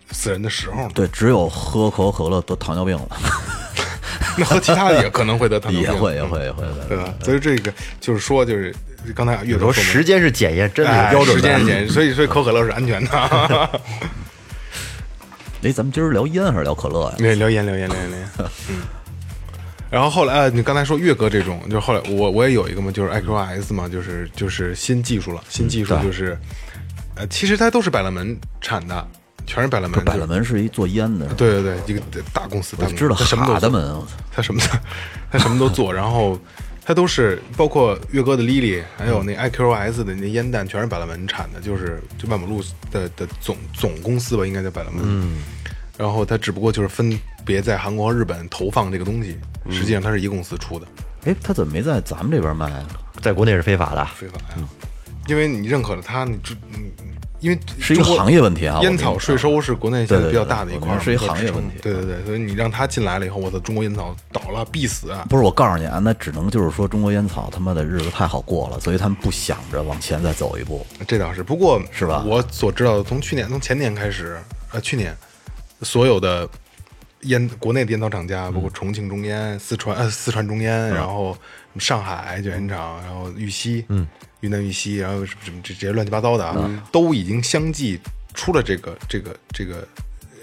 S3: 死人的时候呢，
S5: 对，只有喝可口可乐得糖尿病了，
S3: 那喝其他的也可能会得糖尿
S5: 也
S3: 病，嗯
S5: 会也会也会。
S3: 对吧？所以这个就是说，就是刚才岳
S2: 有时
S3: 总
S2: 候
S3: 说哎
S2: 时间是检验真理的标准
S3: 时
S2: 的。
S3: 间是减，所以所以可口可乐是安全的。
S5: 哎，咱们今儿聊烟还是聊可乐呀？
S3: 留留言留言留言留言，嗯。然后后来啊，你刚才说岳哥这种，就是后来我我也有一个嘛，就是 IQS 嘛，就是就是新技术了，新技术就是，呃，其实它都是百乐门产的，全是百乐门，
S5: 百乐门是一做烟的，是吧
S3: 对对对，一个大公司，大公
S5: 我
S3: 司
S5: 知道
S3: 它什么都
S5: 哈德
S3: 做
S5: 门，我操，
S3: 他什么都 他什么都做，然后他都是包括岳哥的 Lily，还有那 IQS 的那烟弹，全是百乐门产的，就是就万宝路的的总总公司吧，应该叫百乐门。嗯，然后它只不过就是分别在韩国和日本投放这个东西，
S5: 嗯
S3: 实际上它是一公司出的，
S5: 哎，他怎么没在咱们这边卖啊？
S2: 在国内是非法的，
S3: 非法哎
S5: 嗯
S3: 呀。因为你认可了它，你就你因为
S5: 是一个
S3: 中国
S5: 行业问题啊我
S3: 烟
S5: 跟你
S3: 草
S5: 讲
S3: 税收是国内现在比较大的一块儿，
S5: 对对对我觉得是一行业问题
S3: 对对对，所以你让它进来了以后，我的中国烟草倒了必死啊！
S5: 不是，我告诉你啊，那只能就是说中国烟草他妈的日子太好过了，所以他们不想着往前再走一步。
S3: 这倒是，不过
S5: 是吧
S3: 我所知道的，从去年从前年开始，呃，去年所有的烟国内的烟草厂家，包括重庆中烟、四川呃四川中烟，然后上海卷烟厂，然后玉溪，嗯，云南玉溪，然后什么什么这这些乱七八糟的啊，都已经相继出了这个这个这个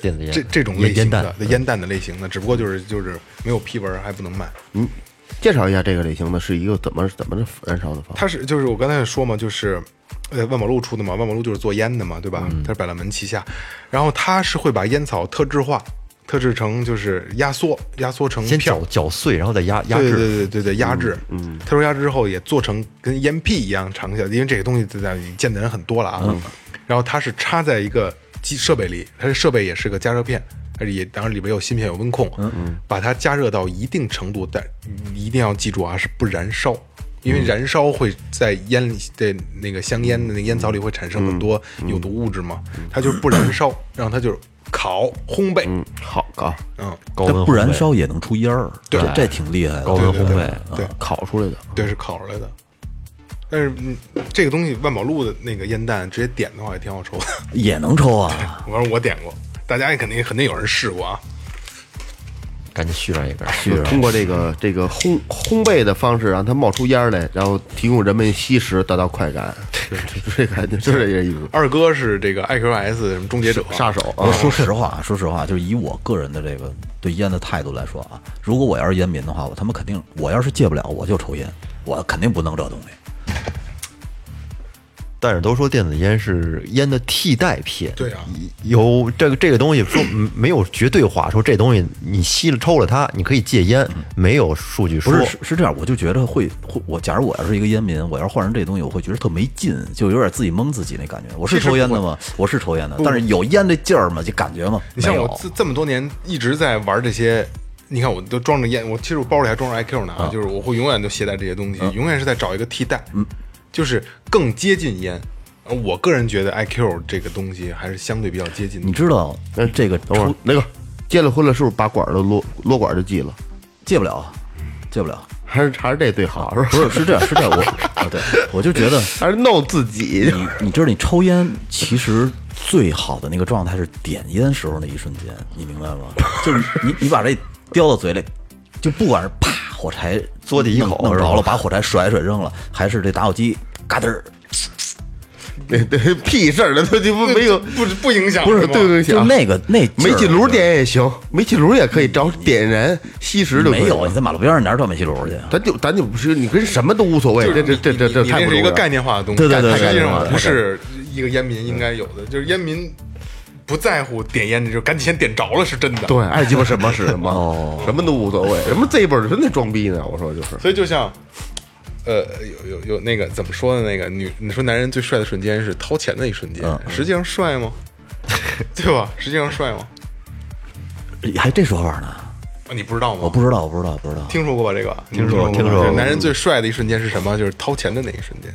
S2: 电子烟
S3: 这这种
S2: 烟
S3: 类型
S2: 烟
S3: 的
S2: 弹
S3: 烟弹的类型的，只不过就是就是没有批文还不能卖。
S4: 嗯，介绍一下这个类型的是一个怎么怎么燃烧的方法？
S3: 它是就是我刚才也说嘛，就是呃万宝路出的嘛，万宝路就是做烟的嘛，对吧？
S2: 嗯
S3: 它是百乐门旗下，然后它是会把烟草特制化，特制成就是压缩，压缩成
S2: 先
S3: 片
S2: 搅
S3: 儿。
S2: 搅碎，然后再压压
S3: 对
S2: 制。
S3: 对对对对，压制，嗯，特殊压制之后也做成跟烟屁一样长下来，因为这个东西在在已见的人很多了啊。然后它是插在一个机设备里，它的设备也是个加热片，而且也当然里边有芯片有温控，嗯嗯，把它加热到一定程度，但一定要记住啊，是不燃烧。因为燃烧会在烟里的那个香烟的那个烟草里会产生很多有毒物质嘛，它就是不燃烧，然后它就是烤烘焙，
S4: 嗯，好啊，
S3: 嗯，
S2: 高
S5: 它
S2: 温
S5: 不
S2: 烘
S5: 燃
S2: 焙
S5: 烧也能出烟儿，
S3: 对
S5: 这这挺厉害的。
S2: 高
S3: 对
S2: 温
S3: 对
S2: 烘
S3: 对
S2: 焙，
S3: 对，
S4: 烤出来的。
S3: 对，是烤出来的。但是嗯这个东西万宝路的那个烟弹直接点的话也挺好抽的，
S5: 也能抽啊，
S3: 我说我点过，大家也肯定肯定有人试过啊。
S2: 赶紧续上一根。
S4: 就是通过这个这个烘烘焙的方式让它冒出烟儿来，然后提供人们吸食，达到快 感。这感觉就是这意思。
S3: 二哥是这个 IQS 什么终结者
S4: 杀手
S5: 我
S4: 啊，
S5: 说实话，说实话，就是以我个人的这个对烟的态度来说啊，如果我要是烟民的话，我他妈肯定，我要是戒不了，我就抽烟，我肯定不弄这东西。
S2: 但是都说电子烟是烟的替代品，
S3: 对啊，
S2: 有这个这个东西说嗯没有绝对化，说这东西你吸了抽了它，你可以戒烟，没有数据
S5: 嗯不
S2: 说
S5: 是，是是这样，我就觉得会会，我假如我要是一个烟民，我要是换成这东西，我会觉得特没劲，就有点自己蒙自己那感觉。我是
S3: 其实
S5: 抽烟的
S3: 不
S5: 吗？我是抽烟的，但是有烟这劲儿嘛，就感觉嘛，
S3: 你像
S5: 没有
S3: 我这这么多年一直在玩这些，你看我都装着烟，我其实我包里还装着 IQ 呢，啊、就是
S4: 啊嗯
S3: 我会永远都携带这些东西，永远是在找一个替代，就是更接近烟，我个人觉得 IQ 这个东西还是相对比较接近的。
S5: 你知道这个
S4: 等会儿
S5: 抽
S4: 那个结了婚了，是不是把管儿都落落管儿就系了？
S5: 戒不了，戒不了。
S4: 还是还是这最好，啊是吧？
S5: 不是，是这样，是这样，我啊，对，我就觉得
S4: 还是弄自己。
S5: 你你知道，你抽烟其实最好的那个状态是点烟时候那一瞬间，你明白吗？就是你你把这叼到嘴里，就不管是啪火柴
S2: 嘬地一口
S5: 弄弄
S2: 是吧
S5: 着了，把火柴甩甩扔了，还是这打火机嘎噔儿，
S4: 对对，屁事儿的，他就不没有，
S3: 不不影响
S4: 不是
S3: 吗
S4: 对对
S2: 啊
S5: 就
S4: 响。
S5: 那个那劲
S4: 煤
S5: 儿
S4: 气炉点也行，煤气炉也可以着点燃吸食就可以
S5: 没有，
S4: 了
S5: 你在马路边上哪儿找煤气炉去？
S4: 咱就咱就不是你跟什么都无所谓，这这这这这
S3: 你
S4: 太
S3: 这
S4: 不
S3: 是一个
S4: 重要
S3: 概念化的东西，
S5: 对对对
S3: 但实际
S5: 概念化
S3: 上
S5: 的
S3: 不是一个烟民应该有的，就是烟民不在乎点烟的，就赶紧先点着了是真的。
S4: 对，爱鸡巴什么是什么，什么都无所谓。什么这辈儿真的装逼呢？我说就是，
S3: 所以就像，呃，有有有那个怎么说呢？那个女，你说男人最帅的瞬间是掏钱的一瞬间，
S5: 嗯
S3: 实际上帅 吗？对吧？实际上帅吗？
S5: 还这说法呢？
S3: 啊你不知道吗？
S5: 我不知道，我不知道，不知道。
S3: 听说过吧？这个听
S2: 说过
S3: 过，
S2: 听说过
S3: 就是男人最帅的一瞬间是什么？就是掏钱的那一瞬间。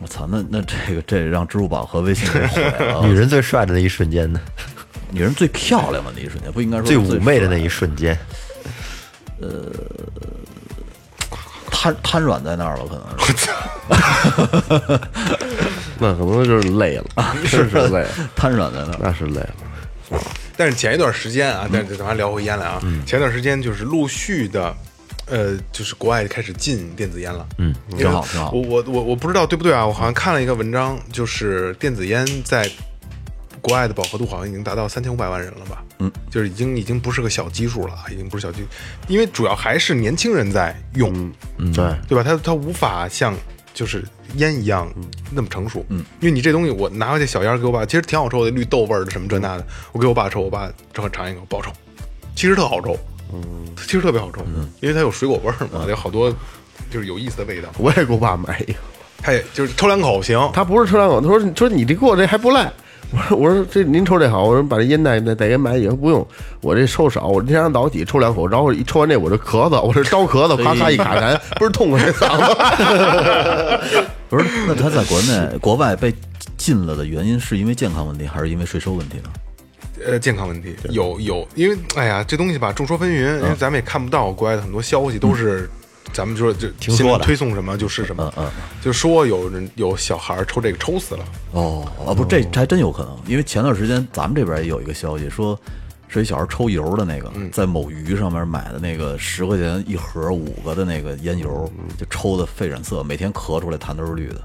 S5: 我操，那那这个这让支付宝和微信给毁了。
S2: 女人最帅的那一瞬间呢，
S5: 女人最漂亮的那一瞬间，不应该说
S2: 最妩媚的那
S5: 一。
S2: 一瞬间，
S5: 瘫瘫软在那儿了，可能是
S4: 那可能就是累了， 是是累了，
S5: 瘫软在那儿。
S4: 那是累了。
S3: 但是前一段时间
S5: 嗯
S3: 啊，但是咱还聊回烟来啊，前一段时间就是陆续的。呃，就是国外开始禁电子烟了，嗯，
S5: 挺好挺好
S3: 我我我我不知道对不对啊？我好像看了一个文章，就是电子烟在国外的饱和度好像已经达到三千五百万人了吧？嗯，就是已经已经不是个小基数了，啊，已经不是小基，因为主要还是年轻人在用，
S5: 嗯
S4: 对，
S3: 对吧？它它无法像就是烟一样那么成熟，嗯，因为你这东西我拿回去小烟儿给我爸，其实挺好抽的，绿豆味儿的什么这那的，我给我爸抽，我爸正好尝一口，不好抽，其实特好抽，嗯，其实特别好抽，因为它有水果味儿嘛，有好多就是有意思的味道，
S4: 我也给我爸买一个，
S3: 它也就是抽两口行，
S4: 他不是抽两口，他说你说你这给我这还不赖。我说我说这您抽这好，我说把这烟袋再再给买几个，不用，我这抽少，我这天上早起抽两口，然后一抽完这我就咳嗽，我这招咳嗽，咔咔一卡痰，不是痛快这嗓子。
S5: 不是，那他在国内、国外被禁了的原因是因为健康问题，还是因为税收问题呢？
S3: 呃，健康问题有有，因为哎呀，这东西吧众说纷纭，因为咱们也看不到国外的很多消息都是。咱们说就
S2: 听说
S3: 新闻
S2: 的
S3: 推送什么就是什么，
S5: 嗯
S3: 就说有人有小孩儿抽这个抽死了，
S5: 哦，啊，不，这这还真有可能，因为前段时间咱们这边也有一个消息说。是一小孩抽油的那个，在某鱼上面买的那个十块钱一盒五个的那个烟油，就抽的肺染色，每天咳出来痰都是绿的。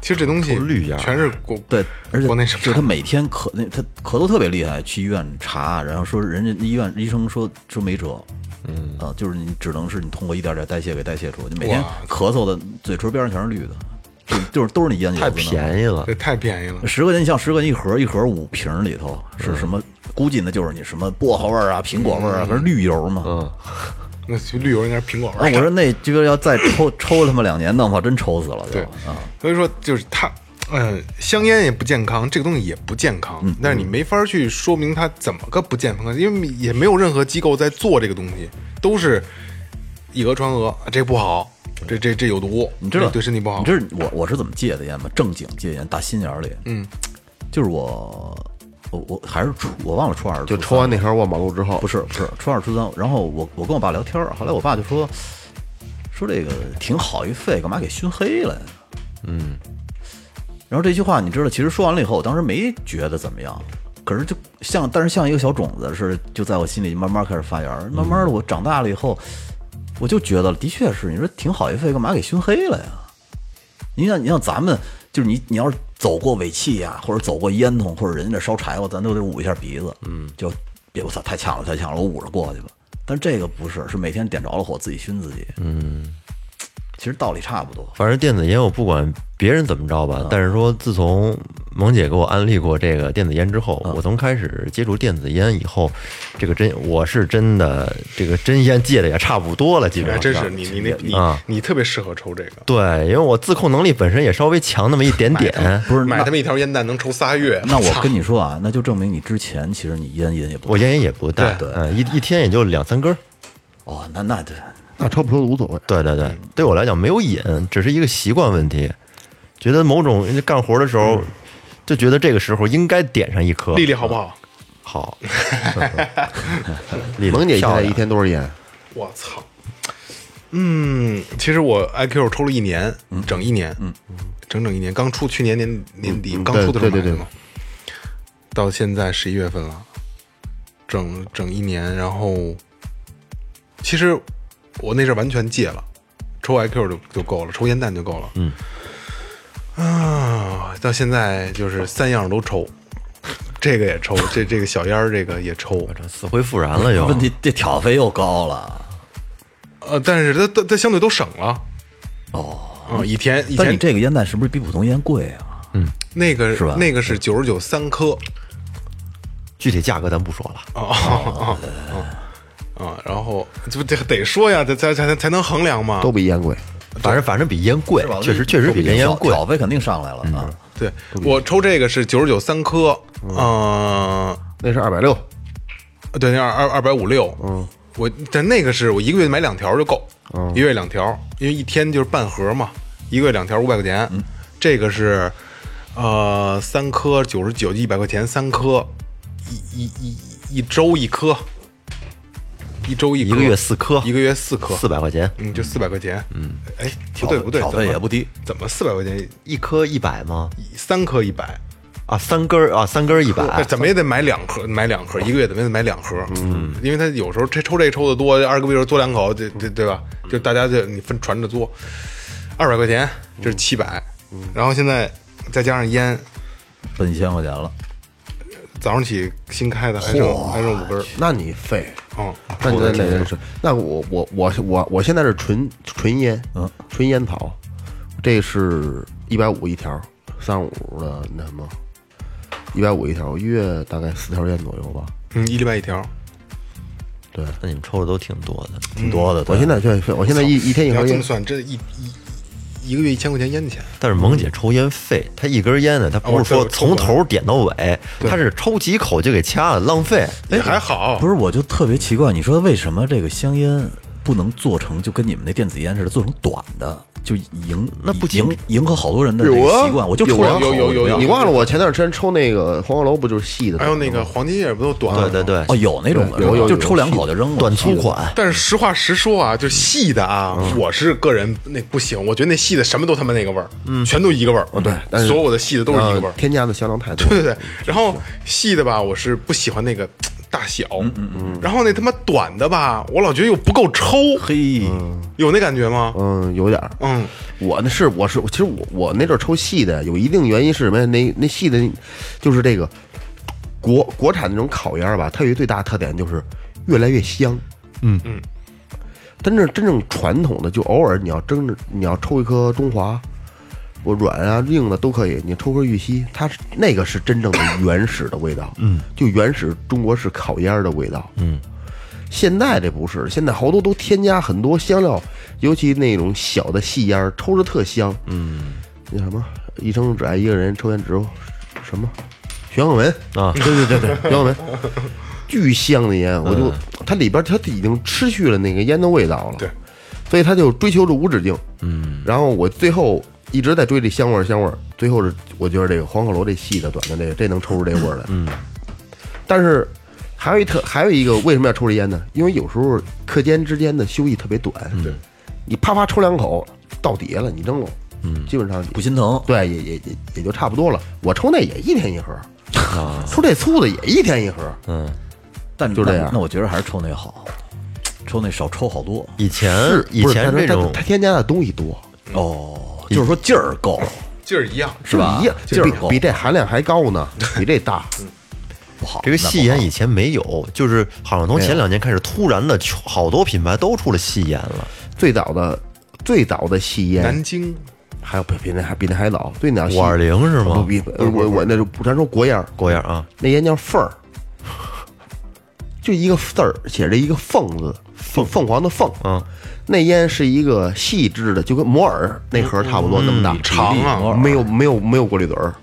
S3: 其实这东西
S2: 绿芽儿
S3: 全是国
S5: 对，而且
S3: 国内生
S5: 就是他
S3: 产
S5: 每天咳，那他咳嗽特别厉害，去医院查，然后说人家医院医生说说没辙，嗯啊，就是你只能是你通过一点点代谢给代谢出，你每天
S3: 哇
S5: 咳嗽的嘴唇边上全是绿的，就就是都是你烟酒
S2: 太
S5: 子呢
S2: 便宜了
S3: 这，太便宜了。
S5: 十块钱，你像十块钱一盒，一盒五瓶里头是什么？估计那就是你什么薄荷味儿啊、苹果味儿啊，反正绿油嘛。嗯，
S3: 那去绿油应该是苹果
S5: 啊，
S3: 味
S5: 我
S3: 儿。
S5: 说那这个要再抽抽他妈两年，弄不好真抽死了就。
S3: 对
S5: 啊，
S3: 所以说就是它，嗯，香烟也不健康，这个东西也不健康，
S5: 嗯
S3: 但是你没法去说明它怎么个不健康，因为也没有任何机构在做这个东西，都是以讹传讹，啊这不好，这这这有毒，
S5: 你知道
S3: 这对身体不好。
S5: 你知道我我是怎么戒的烟吗？正经戒烟，打心眼儿里。
S3: 嗯，
S5: 就是我我我还是初我忘了初二
S4: 就抽完那盒过马路之后
S5: 不，是不是初二初三，然后我我跟我爸聊天儿，后来我爸就说说这个挺好一肺，干嘛给熏黑了呀？嗯，然后这句话你知道，其实说完了以后，我当时没觉得怎么样，可是就像但是像一个小种子似的，就在我心里慢慢开始发芽儿，慢
S3: 嗯
S5: 慢的我长大了以后，我就觉得的确是你说挺好一肺，干嘛给熏黑了呀？你想，你像咱们，就是你，你要是走过尾气呀、或者走过烟囱，或者人家这烧柴火，咱都得捂一下鼻子，嗯，就别我操，太呛了，太呛了，我捂着过去吧。但这个不是，是每天点着了火自己熏自己，嗯，其实道理差不多。
S2: 反正电子烟我不管别人怎么着
S5: 嗯
S2: 吧，但是说自从萌姐给我安利过这个电子烟之
S5: 嗯
S2: 后，我从开始接触电子烟以后，这个真我是真的这个真烟戒的也差不多了，基本
S3: 哎，
S2: 上
S3: 真是你你那你
S2: 啊
S3: 你特别适合抽这个，
S2: 对，因为我自控能力本身也稍微强那么一点点，
S5: 不是，
S3: 买
S5: 那
S3: 他们一条烟弹能抽仨月。
S5: 那我
S3: 操
S5: 跟你说啊，那就证明你之前其实你烟瘾也不
S2: 我烟瘾也不大，
S3: 对
S2: 嗯，一一天也就两三根儿。
S5: 哦，那那对，
S4: 那抽不抽都无所谓。
S2: 对对对，对我来讲没有瘾，只是一个习惯问题。觉得某种干活的时候，就觉得这个时候应该点上一颗。
S3: 丽丽好不好？
S2: 好，丽丽
S4: 萌姐现
S2: 漂
S4: 在
S2: 亮
S4: 一天多少烟？
S3: 我操！嗯，其实我 IQ 抽了一年，整一年，嗯，整整一年，刚出去年年年底刚出的时候
S4: 对对对
S3: 买的嘛，到现在十一月份了，整整一年，然后其实我那阵儿完全戒了，抽 IQ 就就够了，抽烟弹就够了，嗯，啊，到现在就是三样都抽，这个也抽，这这个小烟儿这个也抽，
S2: 这死灰复燃了又。
S5: 问题这挑费又高了。
S3: 呃，但是它它它相对都省了。哦，嗯，以前以
S5: 但
S3: 前
S5: 你这个烟弹是不是比普通烟贵啊？
S3: 那个
S5: 是吧
S3: 那个是九十九三颗
S2: 具体价格咱不说了，
S3: 啊，然后这不得得说呀，这才才才能衡量嘛
S4: 都。比烟贵。
S2: 反正反正比烟贵
S5: 是吧，
S2: 确实确实比人烟贵。
S5: 挑费肯定上来了
S4: 嗯
S5: 啊。
S3: 对，我抽这个是九十九三颗，嗯，
S4: 那是二百六，
S3: 对，那二二二百五六，嗯，我但那个是我一个月买两条就够，一个月两条，因为一天就是半盒嘛，一个月两条五百块钱，这个是呃三颗九十九一百块钱三颗，一一一一周一颗，一周一
S2: 一
S3: 颗
S2: 个月四颗，
S3: 一个月四颗，
S2: 四百块钱，
S3: 嗯，就四百块钱，嗯，哎，不
S5: 挑
S3: 对不对，
S5: 挑
S3: 怎么
S5: 费也不低，
S3: 怎么四百块钱
S2: 一颗一百吗？
S3: 三颗一百？
S2: 啊，三根儿啊，三根儿一
S3: 那
S2: 百，
S3: 怎么也得买两盒，买两盒，一个月怎么也得买两盒，嗯，因为他有时候这抽这抽的多，二哥比如嘬两口，这这对吧？就大家就你分传着嘬，二百块钱这是七百，嗯然后现在再加上烟，
S5: 奔一千块钱了。
S3: 早上起新开的还剩还剩五根儿，
S4: 那你废。
S3: 嗯，
S4: 那你那那人是，那我我我我我现在是纯纯烟，
S5: 嗯，
S4: 纯烟草，这是一百五一条，三五的那什么，一百五一条，一月大概四条烟左右吧。
S3: 嗯，一礼拜一条，
S4: 对，
S2: 那你们抽的都挺多的，
S5: 挺多的。
S2: 啊
S4: 我现在对，我现在一一天
S3: 你
S4: 一
S3: 要
S4: 盒
S3: 这么
S4: 烟，
S3: 算，这一一一一个月一千块钱烟钱，
S2: 但是萌姐抽烟费，她一根烟呢，她不是
S3: 啊我
S2: 说
S3: 知道
S2: 从头点到尾，她是抽几口就给掐了，浪费。
S3: 也还
S4: 哦
S3: 好，
S5: 不是，我就特别奇怪，你说为什么这个香烟不能做成就跟你们那电子烟似的，做成短的，就迎那不迎迎合好多人的这个
S4: 有啊
S5: 习惯？我就
S4: 有
S5: 抽两
S4: 啊
S5: 口，
S3: 有有有哎
S5: 你知道吗
S4: 你忘了我前段时间抽那个黄鹤楼不就是细的？
S3: 还有那个黄金叶不都短了吗
S2: 对对对，
S5: 哦，有那种的，
S4: 有有有
S5: 就抽两口就扔了，
S2: 短粗款，
S3: 但是实话实说啊，就细的啊，
S4: 嗯
S3: 我是个人那不行，我觉得那细的什么都他妈那个味儿，全都一个味儿。
S4: 嗯哦对但是
S3: 所有的细的都是一个味儿
S4: 呃。添加的香料太多
S3: 对，对对，然后细的吧，我是不喜欢那个大小，
S4: 嗯
S3: 然后那他妈短的吧，我老觉得又不够抽，
S5: 嘿，
S3: 有那感觉吗？
S4: 嗯，有点儿。
S3: 嗯，
S4: 我那是我是其实我我那阵儿抽细的，有一定原因是什么呀？那那细的，就是这个国国产那种烤烟儿吧，它有一最大特点就是越来越香。嗯嗯，真正真正传统的，就偶尔你要蒸着，你要抽一颗中华，我软啊硬的都可以，你抽颗玉溪，它是那个是真正的原始的味道。嗯，就原始中国式烤烟儿的味道。嗯。现在这不是，现在好多都添加很多香料，尤其那种小的细烟儿，抽着特香。嗯，那什么，一生只爱一个人，抽烟只抽什么？徐浩文
S2: 啊
S4: 对 对对对，徐浩文，巨香的烟，我就它里边它已经失去了那个烟的味道了。
S3: 对，
S4: 所以他就追求着无止境。嗯，然后我最后一直在追这香味儿香味儿，最后是我觉得这个黄鹤楼这细的短的这个这能抽出这味儿来。嗯，但是还有一特还有一个为什么要抽这烟呢？因为有时候课间之间的休息特别短，对、你啪啪抽两口到底下了，你扔了，嗯，基本上
S5: 不心疼。
S4: 对，也也也也就差不多了。我抽那也一天一盒，
S2: 啊
S4: 抽这粗的也一天一盒。
S2: 嗯
S5: 但
S4: 就这
S5: 那
S4: 样
S5: 那我觉得还是抽那好，抽那少抽好多。
S2: 以前
S4: 是，
S2: 以
S4: 不是
S2: 前
S4: 它
S2: 这
S4: 它
S2: 种
S4: 它添加的东西多，
S5: 哦，就是说劲儿够，
S3: 劲儿一样，
S5: 是吧？
S4: 一样，
S5: 劲儿
S4: 比
S5: 够
S4: 比这含量还高呢，比这大。
S2: 嗯
S5: 不好。
S2: 这个细烟以
S5: 以
S2: 前没有，就是好像从前两年开始，突然的全好多品牌都出了细烟了。
S4: 最早的最早的吸
S3: 南
S4: 烟，
S3: 京
S4: 还有比比那还比那还早，最早吸
S2: 五二零是
S4: 不
S2: 吗？
S4: 比呃我我那就咱说国烟儿，
S2: 郭燕啊，
S4: 那烟叫凤儿，就一个字儿写着一个凤字，凤凤凰的凤。
S2: 嗯，
S4: 那烟是一个细致的，就跟摩尔那盒差不多那么大，
S3: 长啊，
S4: 没有没有没有过滤嘴儿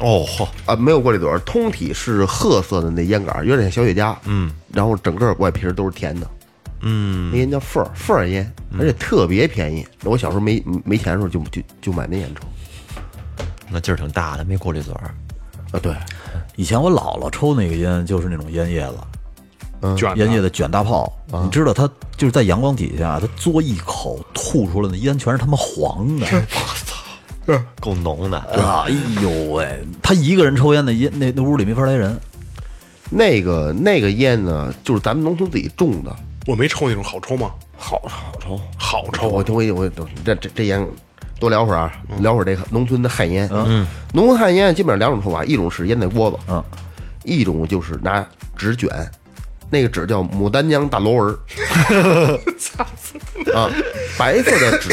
S2: 哦嚯，
S4: 啊，没有过滤嘴儿，通体是褐色的那烟杆儿，有点像小雪茄。嗯，然后整个外皮儿都是甜的。
S2: 嗯，
S4: 那烟叫凤儿凤儿烟，而且特别便宜。我小时候没没钱的时候就就就买那烟抽，
S2: 那劲儿挺大的，没过这嘴儿。
S4: 啊，对，
S5: 以前我姥姥抽那个烟就是那种烟叶子，
S4: 嗯
S3: 卷
S5: 烟叶
S3: 的啊
S5: 子卷大炮，你知道她就是在阳光底下，她嘬一口吐出来的烟全是他妈黄的，
S2: 够浓的，
S5: 啊，哎呦喂，她一个人抽烟的烟那那屋里没法来人，
S3: 啊
S4: 那个那个烟呢，就是咱们农村自己种的，
S3: 我没抽那种好抽吗？
S4: 好好抽，
S3: 好抽
S4: 我
S3: 啊，
S4: 我我我这这这烟，多聊会儿啊，聊会儿这个农村的旱烟。嗯，农村旱烟基本上两种抽法，一种是烟在锅子，
S5: 嗯，
S4: 一种就是拿纸卷，那个纸叫牡丹江大螺纹儿，啊，白色的纸，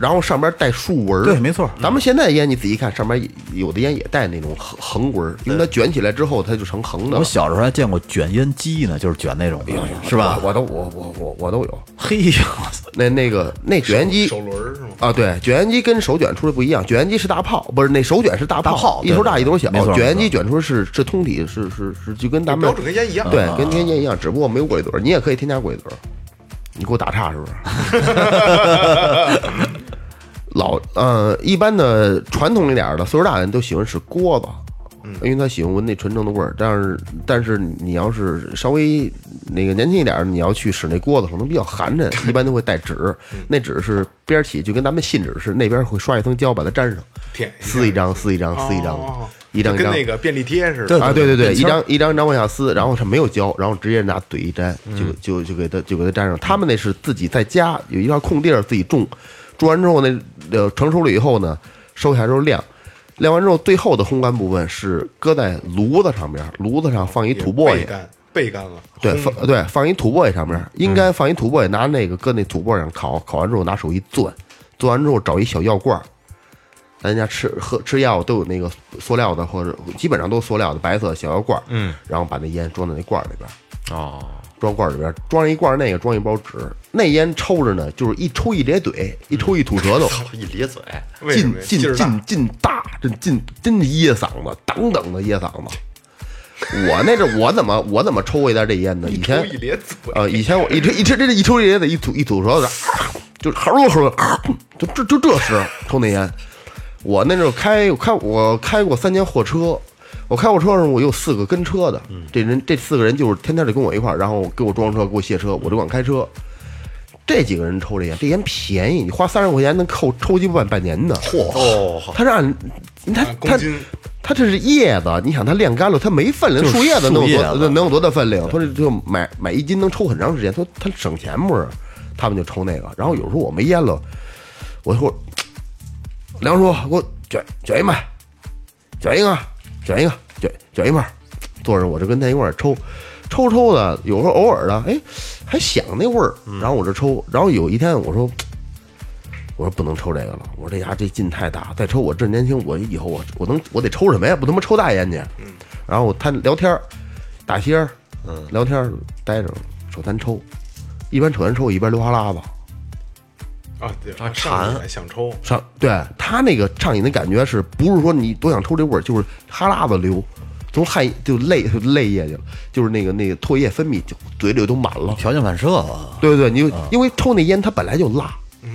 S4: 然后上边带竖纹儿，
S5: 对没错
S4: 咱们现在烟你仔细看，上边有的烟也带那种横横纹儿，因为它卷起来之后它就成横的
S5: 我
S4: 了。
S5: 小时候还见过卷烟机呢，就是卷那种的，
S3: 哎
S5: 是吧？
S4: 我都我我我我都有，
S5: 嘿呦，
S4: 那那个那卷烟机
S3: 手轮儿是吗？
S4: 啊，对，卷烟机跟手卷出来不一样，卷烟机是大炮，不是那手卷是大炮，
S5: 大炮
S4: 一头大
S5: 对对
S4: 一头小
S5: 没错，
S4: 卷烟
S5: 没
S4: 机
S5: 错
S4: 卷出来是是通体，是是是，就跟咱们
S3: 标准跟烟一样
S4: 对，跟天烟一样，只不过没有鬼嘴儿，你也可以添加鬼嘴儿，你给我打岔是不是？ 老呃，一般的传统一点儿的岁数大的人都喜欢使锅子。
S3: 嗯
S4: 因为他喜欢闻那纯正的味儿，但是但是你要是稍微那个年轻一点儿，你要去使那锅子，可能比较寒碜， 一般都会带纸，
S3: 嗯
S4: 那纸是边儿起就跟咱们信纸似的，那边儿会刷一层胶把它粘上，
S3: 舔一下
S4: 撕一张撕一张撕一张
S3: 哦，
S4: 一张一
S3: 跟
S4: 张
S3: 那个便利贴似的。
S4: 啊，对对对，
S5: 便
S4: 一
S5: 签儿
S4: 张一张一张往下撕，然后它没有胶，然后直接拿嘴一粘，就就就给它就给它粘上。他们那是自己在家有一块空地儿自己种，种完之后呢，呃，成熟了以后呢，收下来之后晾，晾完之后最后的烘干部分是搁在炉子上边儿，炉子上放一土簸
S3: 背
S4: 箕，
S3: 干背干了，
S4: 对，
S3: 烘
S4: 放对放一土簸箕上面，应该放一土簸箕，拿那个搁那土簸箕上烤，烤完之后拿手一攥，攥完之后找一小药罐儿，咱家吃喝吃药都有那个塑料的，或者基本上都是塑料的白色的小药罐，嗯，然后把那烟装在那罐儿里边儿，
S2: 哦，
S4: 装罐儿里边儿，装一罐儿那个，装一包纸，那烟抽着呢，就是一抽一咧嘴，一抽一吐舌头，
S2: 一咧嘴，
S3: 为什
S4: 劲
S3: 么呀
S4: 劲
S3: 劲儿大
S4: 劲劲大，这劲真的噎嗓子，等等的噎嗓子。我那阵我怎么我怎么抽过一袋这烟呢？以前
S3: 抽一咧嘴
S4: 呃，以前我一直一直这一抽这烟得一吐一吐舌头，就哈喽哈喽，就这就这时抽那烟。我那阵候开我开我开过三年货车，我开货车的时候我有四个跟车的，
S3: 嗯
S4: 这人这四个人就是天天得跟我一块儿，然后给我装车给我卸车，我就管开车。这几个人抽这烟，这烟便宜，你花三十块钱能扣抽鸡巴半半年呢。嚯、
S2: 哦，
S4: 它是按它
S3: 按
S4: 它
S3: 公斤
S4: 它这是叶子，你想它晾干了，它没分量，树叶子能有
S5: 树叶
S4: 多
S5: 子
S4: 能有多大分量？他说就买买一斤能抽很长时间，他说他省钱不是？他们就抽那个，然后有时候我没烟了，我说梁叔给我卷卷一麦，卷一个，卷一个，卷卷一麦，坐着我就跟他一块儿抽，抽抽的，有时候偶尔的，哎，还想那味儿，
S5: 嗯
S4: 然后我就抽，然后有一天我说。我说不能抽这个了，我说这牙这劲太大，再抽我这年轻，我以后我我能我得抽什么呀？不他妈抽大烟去。然后他聊天儿，打仙儿，嗯，聊天儿待着，扯单抽，一边扯单抽一边流哈喇子，
S3: 啊，对，
S2: 它
S3: 上瘾
S2: 馋
S3: 想抽，
S4: 上对他那个上瘾的感觉是不是说你多想抽这味儿，就是哈喇子流，从汗就泪就泪液去了，就是那个那个唾液分泌就嘴里都满了，
S5: 条件反射啊，
S4: 对对对，你就因为抽那烟它本来就辣，嗯，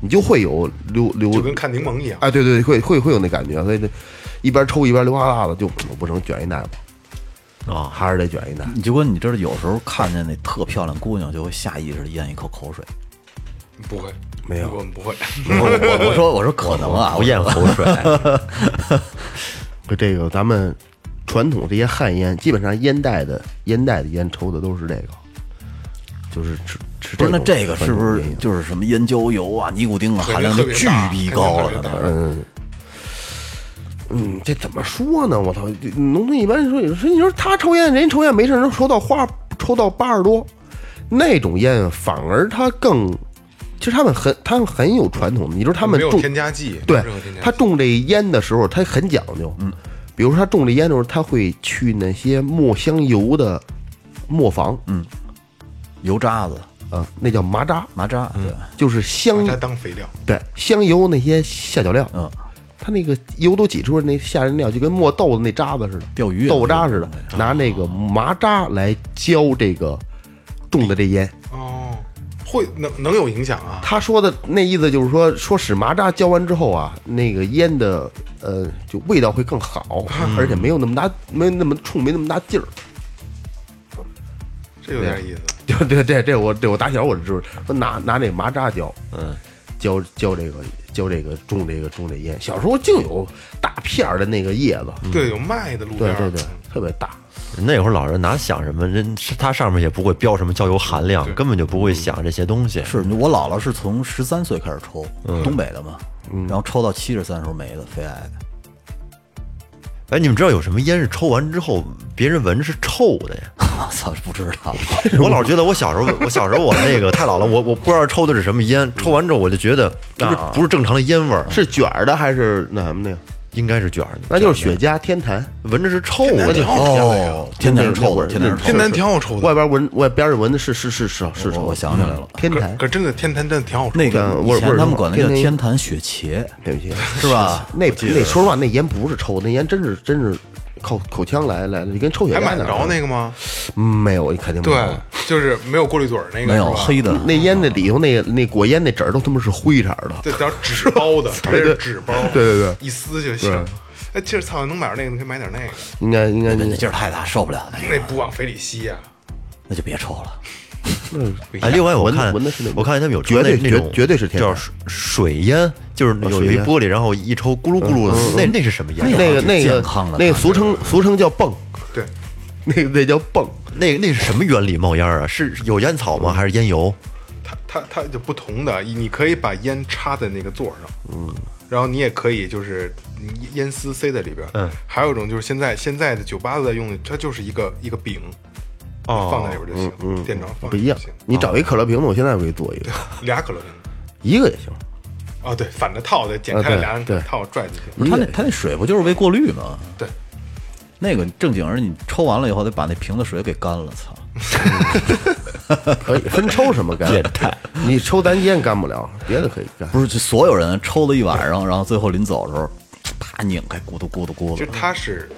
S4: 你就会有流流
S3: 就跟看柠檬一样。
S4: 哎，对对，会会会有那感觉，啊所以这一边抽一边流哈喇子，就我不成卷一袋吧，
S2: 啊
S4: 还是得卷一袋。
S5: 你就跟你知道，有时候看见那特漂亮姑娘，就会下意识地咽一口口水。
S3: 不会，
S4: 没有
S3: 我们不会。
S5: 我我我说我说可 能啊，
S2: 不咽口水，
S4: 这个咱们传统这些旱烟，基本上烟袋的烟袋的烟抽的都是这个，就是吃吃这
S5: 不
S4: 种
S5: 是，那这个是
S4: 传
S5: 不
S4: 统
S5: 是
S4: 烟瘾
S5: 就是什么烟焦油啊、尼古丁啊，
S3: 肯定
S5: 含量
S3: 特
S5: 就
S3: 别
S5: 巨
S3: 大
S5: 逼高了
S3: 肯定特别
S5: 可
S3: 大
S5: 能？
S4: 嗯嗯，这怎么说呢？我操，这农村一般说，你说你说他抽烟，人家抽烟没事，能抽到花，抽到八十多，那种烟反而他更，其实他们很他们很有传统的，你说他们
S3: 没有
S4: 种
S3: 添加剂，没
S4: 对
S3: 有任何添加剂
S4: 他种这烟的时候，他很讲究。嗯，比如说他种这烟的时候，他会去那些磨香油的磨坊，嗯
S5: 油渣子、
S4: 啊，那叫麻渣，
S5: 麻渣，
S3: 嗯
S5: 对，
S4: 就是
S3: 把
S4: 香
S3: 它当肥料，
S4: 对香油那些下脚料，
S5: 嗯，
S4: 他那个油都挤出来，那下人料就跟磨豆子那渣子似的，
S5: 钓鱼
S4: 豆渣似的，拿那个麻渣来浇这个种的这烟，
S3: 哦，会能能有影响啊。
S4: 他说的那意思就是说，说使麻扎浇完之后啊，那个烟的呃，就味道会更好，而且没有那么大，没有那么冲，没那么大劲儿。
S3: 这有点意思。
S4: 对对对，这我这我打小我就知道，说拿拿那个麻扎浇，嗯，浇浇这个浇这个种这个种这烟。小时候净有大片儿的那个叶子，嗯
S3: 对，有卖的路边
S4: 对
S3: 儿，
S4: 对对，特别大。
S2: 那会儿老人哪想什么，人他上面也不会标什么焦油含量，
S3: 对
S2: 根本就不会想这些东西。
S5: 是我姥姥是从十三岁开始抽，东北的嘛，然后抽到七十三时候没了，肺癌。
S2: 哎，你们知道有什么烟是抽完之后别人闻是臭的 呀？
S5: 我操，不知 道，
S2: 我老觉得我小时候，我小时候我那个太老了，我我不知道抽的是什么烟，抽完之后我就觉得这不是不是正常的烟味儿，
S4: 啊是卷儿的还是那什么的？
S2: 应该是卷儿的，
S4: 那就是雪茄、天坛，
S2: 闻着是臭的。
S3: 挺好抽那个，
S5: 天天是
S4: 那
S5: 抽
S4: 会儿
S5: 的，哦天天是
S4: 那
S5: 抽
S3: 天
S5: 的。
S3: 坛挺好抽
S4: 哦外
S3: 的，
S4: 边闻，外边闻的是是是是是
S5: 我
S4: 臭
S5: 我
S4: 的。
S5: 想起来了，
S4: 天
S3: 可
S4: 坛，
S3: 可真的天坛真的挺好抽的。
S5: 嗯那个
S4: 嗯味
S5: 以
S4: 儿味
S5: 前
S4: 儿
S5: 他们管那叫
S4: 天天
S5: 天坛雪茄，
S4: 对不起，
S5: 是吧？
S4: 那那说实话，那烟不是抽的，那烟真是真是靠口腔来来嗯的，就跟抽血
S3: 还
S4: 压
S3: 买得着
S4: 那
S3: 那个吗？
S4: 没有，你肯定没
S3: 对
S4: 有。，
S3: 就是没有过滤嘴儿那个，
S5: 没有
S3: 是吧
S5: 黑的，
S4: 那烟那里头那个那裹烟那纸儿都他妈是灰色儿的，
S3: 对，点纸包的，还是纸包，
S4: 对对对，
S3: 一撕就行。哎，今儿操，能买着那个，你可以买点那个，
S4: 应该应该应
S5: 那那
S4: 该
S5: 劲儿太大，受不了那个，
S3: 那不往肺里吸啊呀。
S5: 那就别抽了。
S2: 哎，另外我
S4: 闻的
S2: 看
S4: 闻的是那种
S2: 我看见他们有
S4: 绝对
S2: 抽那那种
S4: 绝绝对是天然哦
S2: 叫水水烟，就是有
S4: 水
S2: 一
S4: 烟嗯
S2: 玻璃，然后一抽咕噜咕噜的，那那是什么烟？啊
S4: 那个那
S5: 健
S4: 个
S5: 康了
S4: 那个
S5: 看
S4: 俗称俗称叫泵，
S3: 对，
S4: 那个那叫泵，
S2: 那那是什么原理冒烟啊？是有烟草吗？还是烟油？
S3: 它它它就不同的，你可以把烟插在那个座儿上，嗯，然后你也可以就是你烟丝塞在里边，
S2: 嗯，
S3: 还有一种就是现在现在的酒吧都在用的，它就是一个一个饼，
S2: 哦
S3: 放在里边就行，店长放
S4: 嗯不
S3: 里
S4: 一
S3: 边
S4: 样
S3: 就行。
S4: 你找一可乐瓶子，我现在我给你做一个，
S3: 俩可乐瓶，
S4: 一个也行，
S3: 啊，对，反着套的，剪
S4: 啊
S3: 开了
S4: 对
S3: 俩人
S4: 对嗯
S3: 套拽就行，
S5: 不是他那他那水不就是为过滤吗？
S3: 对，
S5: 那个正经人，你抽完了以后得把那瓶子水给干了，操！
S4: 可以分抽什么 干？你抽咱烟干不了，别的可以干。
S5: 不是，就所有人抽了一晚上，然后最后临走的时候，啪拧开，咕嘟咕嘟咕
S3: 其实
S5: 嘟。
S3: 它是，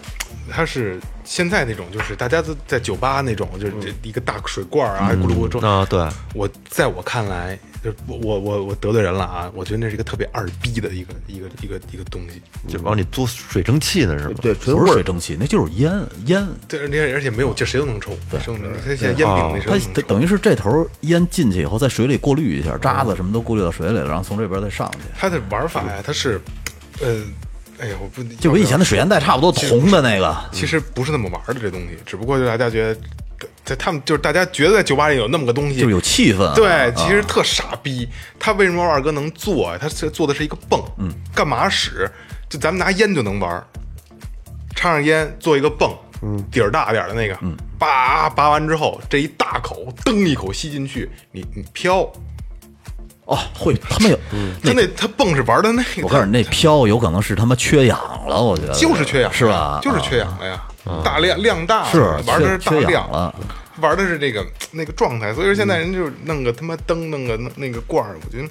S3: 它是现在那种，就是大家都在酒吧那种，
S4: 嗯
S3: 就是一个大水罐儿啊，咕噜咕噜装。
S2: 啊，对，
S3: 我在我看来，就是我我我我得罪人了啊！我觉得那是一个特别二逼的一个一个一个一个东西。
S2: 就往里嘬水蒸气呢，是吗？
S4: 对，纯
S5: 不
S4: 味
S5: 是
S4: 儿
S5: 水蒸气，那就是烟烟。
S3: 对，而且而且没有劲儿，谁都能抽。对，啊谁都能抽它现在烟饼那谁
S5: 它
S3: 都能
S5: 它
S3: 抽。
S5: 等于是这头烟进去以后，在水里过滤一下，渣子什么都过滤到水里了，然后从这边再上去。
S3: 它的玩法呀，它是，呃，哎呀，我不
S5: 就跟以前的水烟袋差不多，
S3: 其实
S5: 铜的那个。
S3: 其实不是那么玩的这东西，只不过就大家觉得，在他们就是大家觉得在酒吧里有那么个东西，
S5: 就是有气氛啊、
S3: 对，其实特傻逼。他为什么二哥能做啊呀？他是做的是一个泵，嗯，干嘛使？就咱们拿烟就能玩儿，插上烟做一个泵，嗯，底儿大点儿的那个，嗯，拔拔完之后，这一大口，噔一口吸进去，你你飘，
S5: 哦，会他们有
S3: 他那他泵是玩的那个，
S5: 嗯我告诉你，那飘有可能是他妈缺氧了，我觉得
S3: 就是缺氧，
S5: 是吧？啊
S3: 就是缺氧了呀，大量量大了
S5: 是
S3: 玩的是大
S5: 缺缺
S3: 量
S5: 氧了，嗯
S3: 玩的是这个那个状态，所以说现在人就是弄个他妈灯，弄个那那个罐儿，我觉得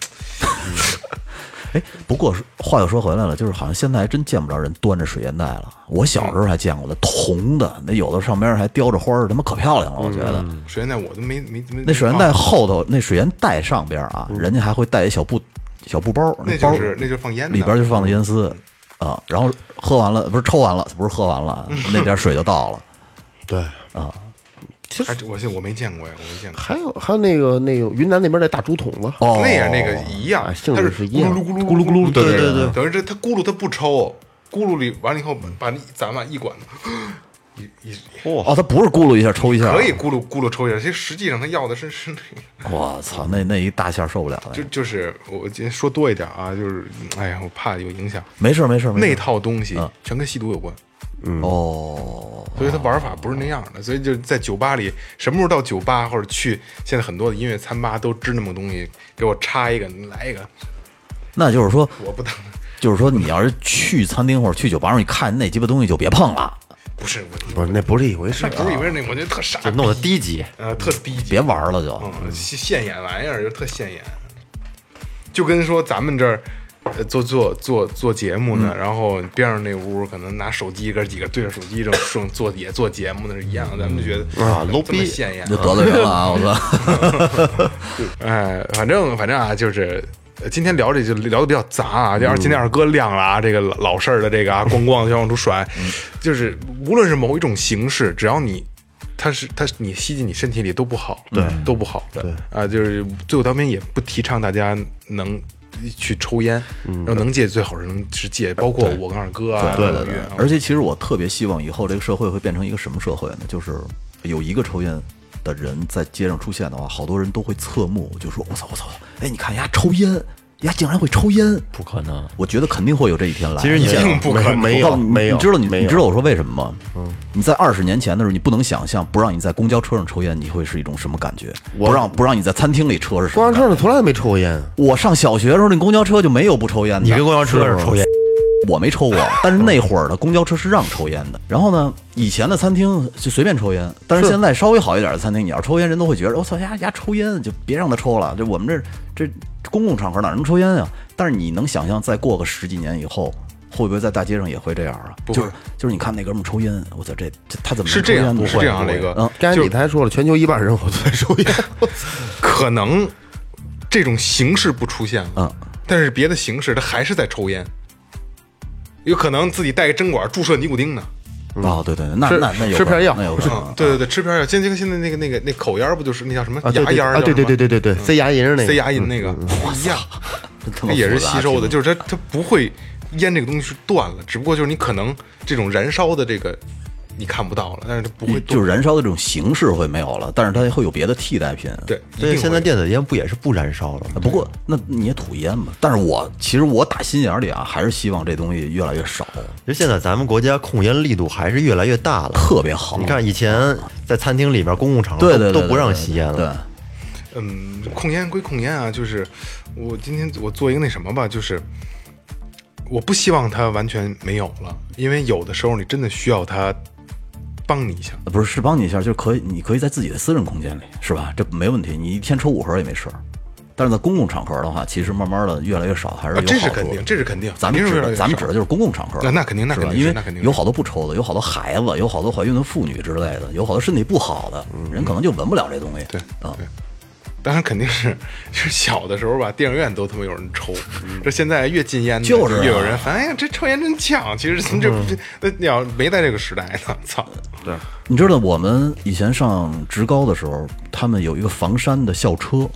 S5: 哎，不过是话又说回来了，就是好像现在还真见不着人端着水烟袋了。我小时候还见过的，铜的，那有的上边还雕着花儿，他妈可漂亮了，我觉得。
S3: 水烟袋我都没没没
S5: 那水烟袋
S3: 啊嗯
S5: 后头，那水烟袋上边啊，人家还会带一小布小布包，
S3: 那
S5: 包
S3: 就是那就是放烟的
S5: 里边就放的烟丝啊，然后喝完了不是抽完了，不是喝完了，
S3: 嗯
S5: 那点水就到了。
S4: 对。
S3: 还真我现我没见过呀，我没见过。
S4: 还有还有那个那个云南那边那大竹筒子，
S5: 哦，
S3: 那也那个一样，
S4: 啊
S3: 它
S4: 性质
S3: 是
S4: 是一样
S3: 咕噜咕噜咕噜咕噜，
S2: 对对对对
S3: 等于这它咕噜它不抽，咕噜里完了以后把把那咱们一管，一一
S5: 哦，他不是咕噜一下抽一下，
S3: 可以。咕噜咕噜抽一下，其实实际上它要的是是那个，
S5: 我操，那那一大下受不了了
S3: 就。就是我今天说多一点啊，就是哎呀，我怕有影响。
S5: 没事儿没事儿，没事儿
S3: 那套东西全跟吸毒有关，
S5: 哦，
S3: 所以它玩法不是那样的。所以就是在酒吧里，什么时候到酒吧或者去现在很多的音乐餐吧都支那么个东西，给我插一个，你来一个，
S5: 那就是说，
S3: 我不当。
S5: 就是说，你要是去餐厅或者去酒吧，然后你看那鸡巴东西就别碰了，
S3: 不是我，
S4: 不是哦那不是一回事
S3: 那
S4: 儿
S3: 不是以为那，我觉得特傻
S2: 就，弄得低级。
S3: 呃，特低级，嗯
S5: 别玩了就。
S3: 嗯，现现眼玩意儿就特现眼，就跟说咱们这儿呃做做做做节目呢，然后边上那屋可能拿手机哥几个对着手机正正做也做节目呢是一样的，咱们就觉得
S4: 啊 low
S3: 这么
S4: 逼
S3: 显眼
S5: 就，得罪人了啊！我操，
S3: 哎，反正反正啊，就是呃今天聊这就聊的比较杂啊，就二今天二哥亮了啊，这个老老事儿的这个啊，咣咣就往出甩，就是无论是某一种形式，只要你。它是它是你吸进你身体里都不好，对，都不好，对啊，就是最后当兵也不提倡大家能去抽烟，然后能戒最好是能是戒，包括我跟二哥啊，嗯对对对，
S5: 而且其实我特别希望以后这个社会会变成一个什么社会呢？就是有一个抽烟的人在街上出现的话，好多人都会侧目，就说：“我操我操，哎，你看人家抽烟，人家竟然会抽烟。
S2: 不可能。”
S5: 我觉得肯定会有这一天来。
S2: 其实你
S5: 现在
S2: 并
S4: 不可能没有
S5: 我告诉你
S4: 没有
S5: 你知道你
S4: 没有
S5: 你知道我说为什么吗？嗯，你在二十年前的时候，你不能想象不让你在公交车上抽烟，你会是一种什么感觉？
S4: 我
S5: 不让不让你在餐厅里抽是什
S4: 公
S5: 么
S4: 交
S5: 感觉？
S4: 车上从来没抽过烟，
S5: 我上小学的时候，那公交车就没有不抽烟的。
S2: 你跟公交车上抽
S4: 啊
S2: 烟，
S5: 我没 抽过，但是那会儿的公交车是让抽烟的。然后呢，以前的餐厅就随便抽烟，但是现在稍微好一点的餐厅，你要是抽烟，人都会觉得哦我操，呀呀抽烟就别让他抽了，就我们这这公共场合哪能抽烟啊？但是你能想象，再过个十几年以后。会不会在大街上也会这样啊？
S3: 会
S5: 就是就是，你看那哥们儿抽烟，我操，这这他怎么能
S3: 是这样
S5: 抽烟呢
S3: 是这样
S5: 不会
S3: 雷哥
S5: 嗯，
S4: 刚才
S3: 就
S4: 你才说了，全球一半人口都在抽烟，
S3: 可能这种形式不出现了，
S5: 嗯
S3: 但是别的形式他还是在抽烟，有可能自己带个针管注射尼古丁呢。
S5: 哦，对对，对那
S4: 吃
S5: 那那有
S4: 吃片药
S5: 那有可能。
S3: 嗯对对对，吃片药，现在现在那个那个那口烟儿不就是那叫什么
S4: 啊，对
S3: 牙
S4: 对
S3: 烟儿
S4: 啊，对对对对对对，塞牙龈儿那
S3: 对
S4: 个
S3: 塞牙龈那个一样，
S5: 真他
S3: 它
S5: 妈
S3: 也是
S5: 嗯复杂
S3: 吸收的，
S5: 挺
S3: 就是它它不会烟这个东西是断了，只不过就是你可能这种燃烧的这个你看不到了，但是它不会
S5: 就是
S3: 断。
S5: 燃烧的这种形式会没有了，但是它会有别的替代品。
S3: 对，一
S2: 所以
S3: 定
S2: 现
S3: 会
S2: 在电子烟不也是不燃烧了吗？
S5: 不过那你也吐烟吧，但是我其实我打心眼儿里啊，还是希望这东西越来越少，
S2: 其实现在咱们国家控烟力度还是越来越大了。
S5: 特别好。
S2: 你看以前在餐厅里边、公共场合
S5: 对，
S2: 都
S5: 对对对
S2: 都不让吸烟
S5: 对
S2: 了。，
S3: 嗯，控烟归控烟啊，就是我今天我做一个那什么吧，就是我不希望它完全没有了，因为有的时候你真的需要它帮你一下。
S5: 对不是是帮你一下，就是可以，你可以在自己的私人空间里，是吧？这没问题，你一天抽五盒也没事儿。但是在公共场合的话，其实慢慢的越来越少，还是有
S3: 啊
S5: 好处。
S3: 这是肯定，这是肯定。
S5: 咱
S3: 肯定
S5: 们
S3: 是
S5: 指
S3: 越来
S5: 的
S3: 越
S5: 咱们
S3: 少
S5: 指的就是公共场合，
S3: 那那肯定那
S5: 是吧
S3: 肯定是
S5: 因为
S3: 那肯定是
S5: 有好多不抽的，有好多孩子，有好多怀孕的妇女之类的，有好多身体不好的人，可能就闻不了这东西。
S3: 嗯对
S5: 啊，
S3: 当然肯定是，就是小的时候吧，电影院都他妈有人抽，这现在越禁烟的
S5: 嗯就是啊
S3: 越有人烦。哎呀，这抽烟真呛！其实这这那你要没在这个时代呢， 操！
S5: 你知道我们以前上职高的时候，他们有一个房山的校车，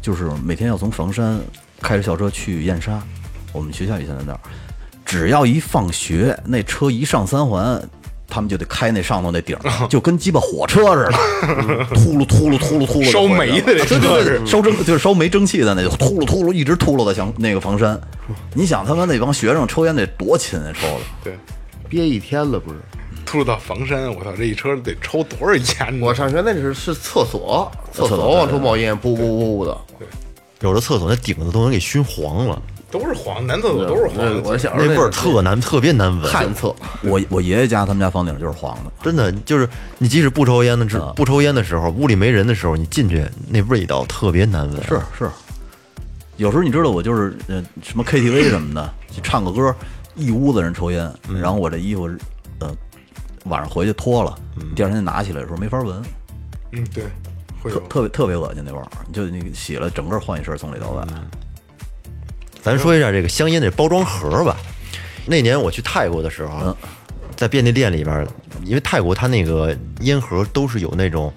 S5: 就是每天要从房山开着校车去燕莎。我们学校以前在那儿，只要一放学，那车一上三环，他们就得开那上头那顶儿，
S3: 哦
S5: 就跟鸡巴火车似 的，秃噜秃噜秃噜秃噜地
S3: 烧
S5: 回来
S3: 煤
S5: 了
S3: 的那
S5: 对对
S3: 车
S5: 对，烧蒸 就是烧煤蒸汽的那，就秃噜秃噜一直秃噜到向那个房山。你想他妈那帮学生抽烟得多勤啊，抽的。
S3: 对，
S4: 憋一天了不是？
S3: 吐到房山，我操，这一车得抽多少烟呢？
S4: 我上学那是是厕所，厕
S5: 厕
S4: 所
S5: 所
S4: 往出冒烟，噗噗噗噗的。
S2: 有的厕所那顶子都能给熏黄了，
S3: 都是黄，男厕所都是
S4: 那
S3: 黄。
S4: 我小时
S2: 那
S4: 候
S2: 味儿
S4: 是
S2: 特难，特别难闻。
S4: 旱厕，
S5: 我我爷爷家他们家房顶就是黄的，
S2: 真的就是你即使不抽烟的时不抽烟的时候，屋里没人的时候，你进去那味道特别难闻。
S5: 是是，有时候你知道我就是呃什么 KTV 什么的，去唱个歌，一屋子人抽烟，然后我这衣服呃晚上回去脱了，第二天拿起来的时候没法闻，
S3: 嗯，对，会
S5: 特
S3: 有。
S5: 特别特别恶心那味儿，你就你洗了整个换一身从里到外，
S2: 咱说一下这个香烟的包装盒吧。那年我去泰国的时候啊
S5: 嗯，
S2: 在便利店里边儿，因为泰国它那个烟盒都是有那种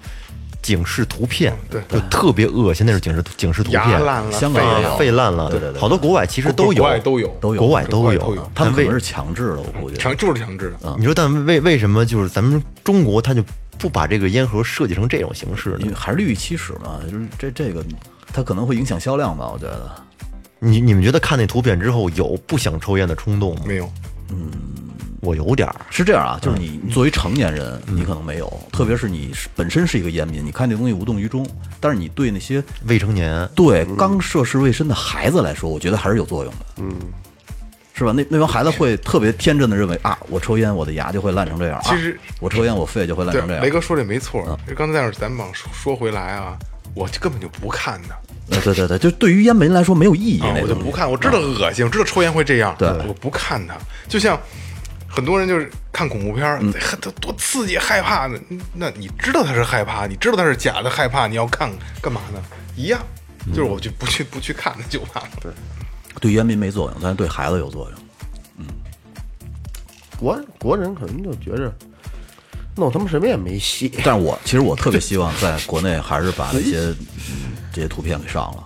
S2: 警示图片，
S3: 嗯对
S2: 就特别恶心那种警示警示图片，
S3: 牙烂了，
S5: 香
S3: 肺
S5: 港也
S3: 也
S5: 有
S2: 啊，废烂了，
S5: 对对对
S2: 好多国外其实
S3: 国
S2: 都有，
S3: 国外都有，
S5: 都有
S2: 国外
S3: 国
S2: 都
S3: 外
S2: 有，
S3: 都有
S5: 他
S2: 但
S5: 们可
S2: 为
S5: 能是强制的，我估计。
S3: 强就是强制
S5: 嗯
S3: 的。
S2: 你说，但为为什么就是咱们中国它就不把这个烟盒设计成这种形式
S5: 因
S2: 呢
S5: 为？还是绿起始嘛，就是这这个，它可能会影响销量吧，我觉得。
S2: 你你们觉得看那图片之后有不想抽烟的冲动吗？
S3: 没有，
S2: 我有点儿，
S5: 是这样啊，就是你你作为成年人，你可能没有，特别是你是本身是一个烟民，你看这东西无动于衷，但是你对那些
S2: 未成年
S5: 对
S3: 嗯
S5: 刚涉世未深的孩子来说，我觉得还是有作用的，嗯，是吧？那那帮孩子会特别天真的认为啊，我抽烟我的牙就会烂成这样，啊
S3: 其实
S5: 我抽烟我肺就会烂
S3: 对
S5: 成这，样嗯
S3: 雷。哥说这没错。刚才在那儿咱们往说说回来啊，我就根本就不看的，
S5: 呃对对对，就对于烟民来说没有意义
S3: 啊，
S5: 那
S3: 我
S5: 个
S3: 就
S5: 东
S3: 不
S5: 西。嗯
S3: 看，我知道恶心，我知道抽烟会这样，
S5: 对
S3: 我不看它。就像很多人就是看恐怖片
S5: 嗯
S3: 儿，很多多刺激，害怕呢。那你知道它是害怕，你知道它是假的害怕，你要看干嘛呢？一样，就是
S5: 嗯
S3: 我就不去不去看它就完了。对，
S5: 对烟民没作用，但是对孩子有作用。
S4: 国国人可能就觉着弄他妈什么也没戏，
S5: 但是我其实我特别希望在国内还是把这些嗯这些图片给上了。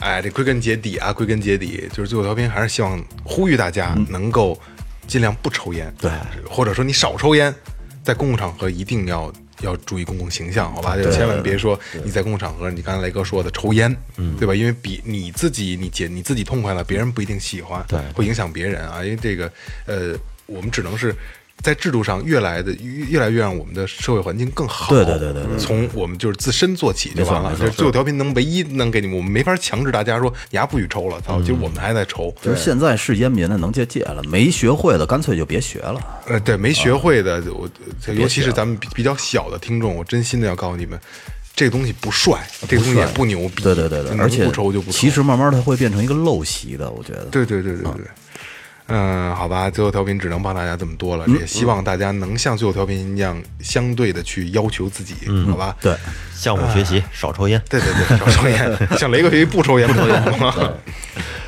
S3: 哎，这归根结底啊，归根结底就是最后调频还是希望呼吁大家能够尽量不抽烟，
S5: 嗯对，
S3: 或者说你少抽烟，在公共场合一定要要注意公共形象，好吧？就千万别说你在公共场合，你刚才雷哥说的抽烟，
S5: 嗯
S3: 对吧？因为比你自己你解你自己痛快了，别人不一定喜欢，
S2: 对
S3: 会影响别人啊。因为这个，呃，我们只能是。在制度上越来的越越来越让我们的社会环境更好，
S5: 对对对对对
S3: 从我们就是自身做起就完了
S5: 没。错
S3: 这
S5: 没错
S3: 最后调频能唯一能给你们，我们没法强制大家说你丫不许抽了，
S5: 嗯
S3: 操！其实我们还在抽，
S5: 就是现在是烟民的能戒戒了，没学会的干脆就别学了。
S3: 呃，对，没学会的，我这尤其
S5: 学
S3: 是咱们比比较小的听众，我真心的要告诉你们，这个东西不帅，这个东西也不牛逼，
S5: 对对对对，
S3: 能
S5: 而且
S3: 嗯不抽就不抽。
S5: 其实慢慢它会变成一个陋习的，我觉得。
S3: 对对对对对。嗯，好吧，最后调频只能帮大家这么多
S5: 嗯
S3: 了，也希望大家能像最后调频一样，相对的去要求自己，
S5: 嗯
S3: 好吧？
S5: 对，
S2: 向我
S3: 哎
S2: 学习，少抽烟。
S3: 对对对，少抽烟，像雷哥学习不抽烟，不抽烟。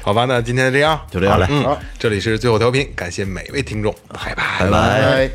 S3: 好吧，那今天这样，
S5: 就这样
S2: 好嘞
S3: 嗯，这里是最后调频，感谢每位听众，拜拜。
S5: 拜拜
S4: 哎。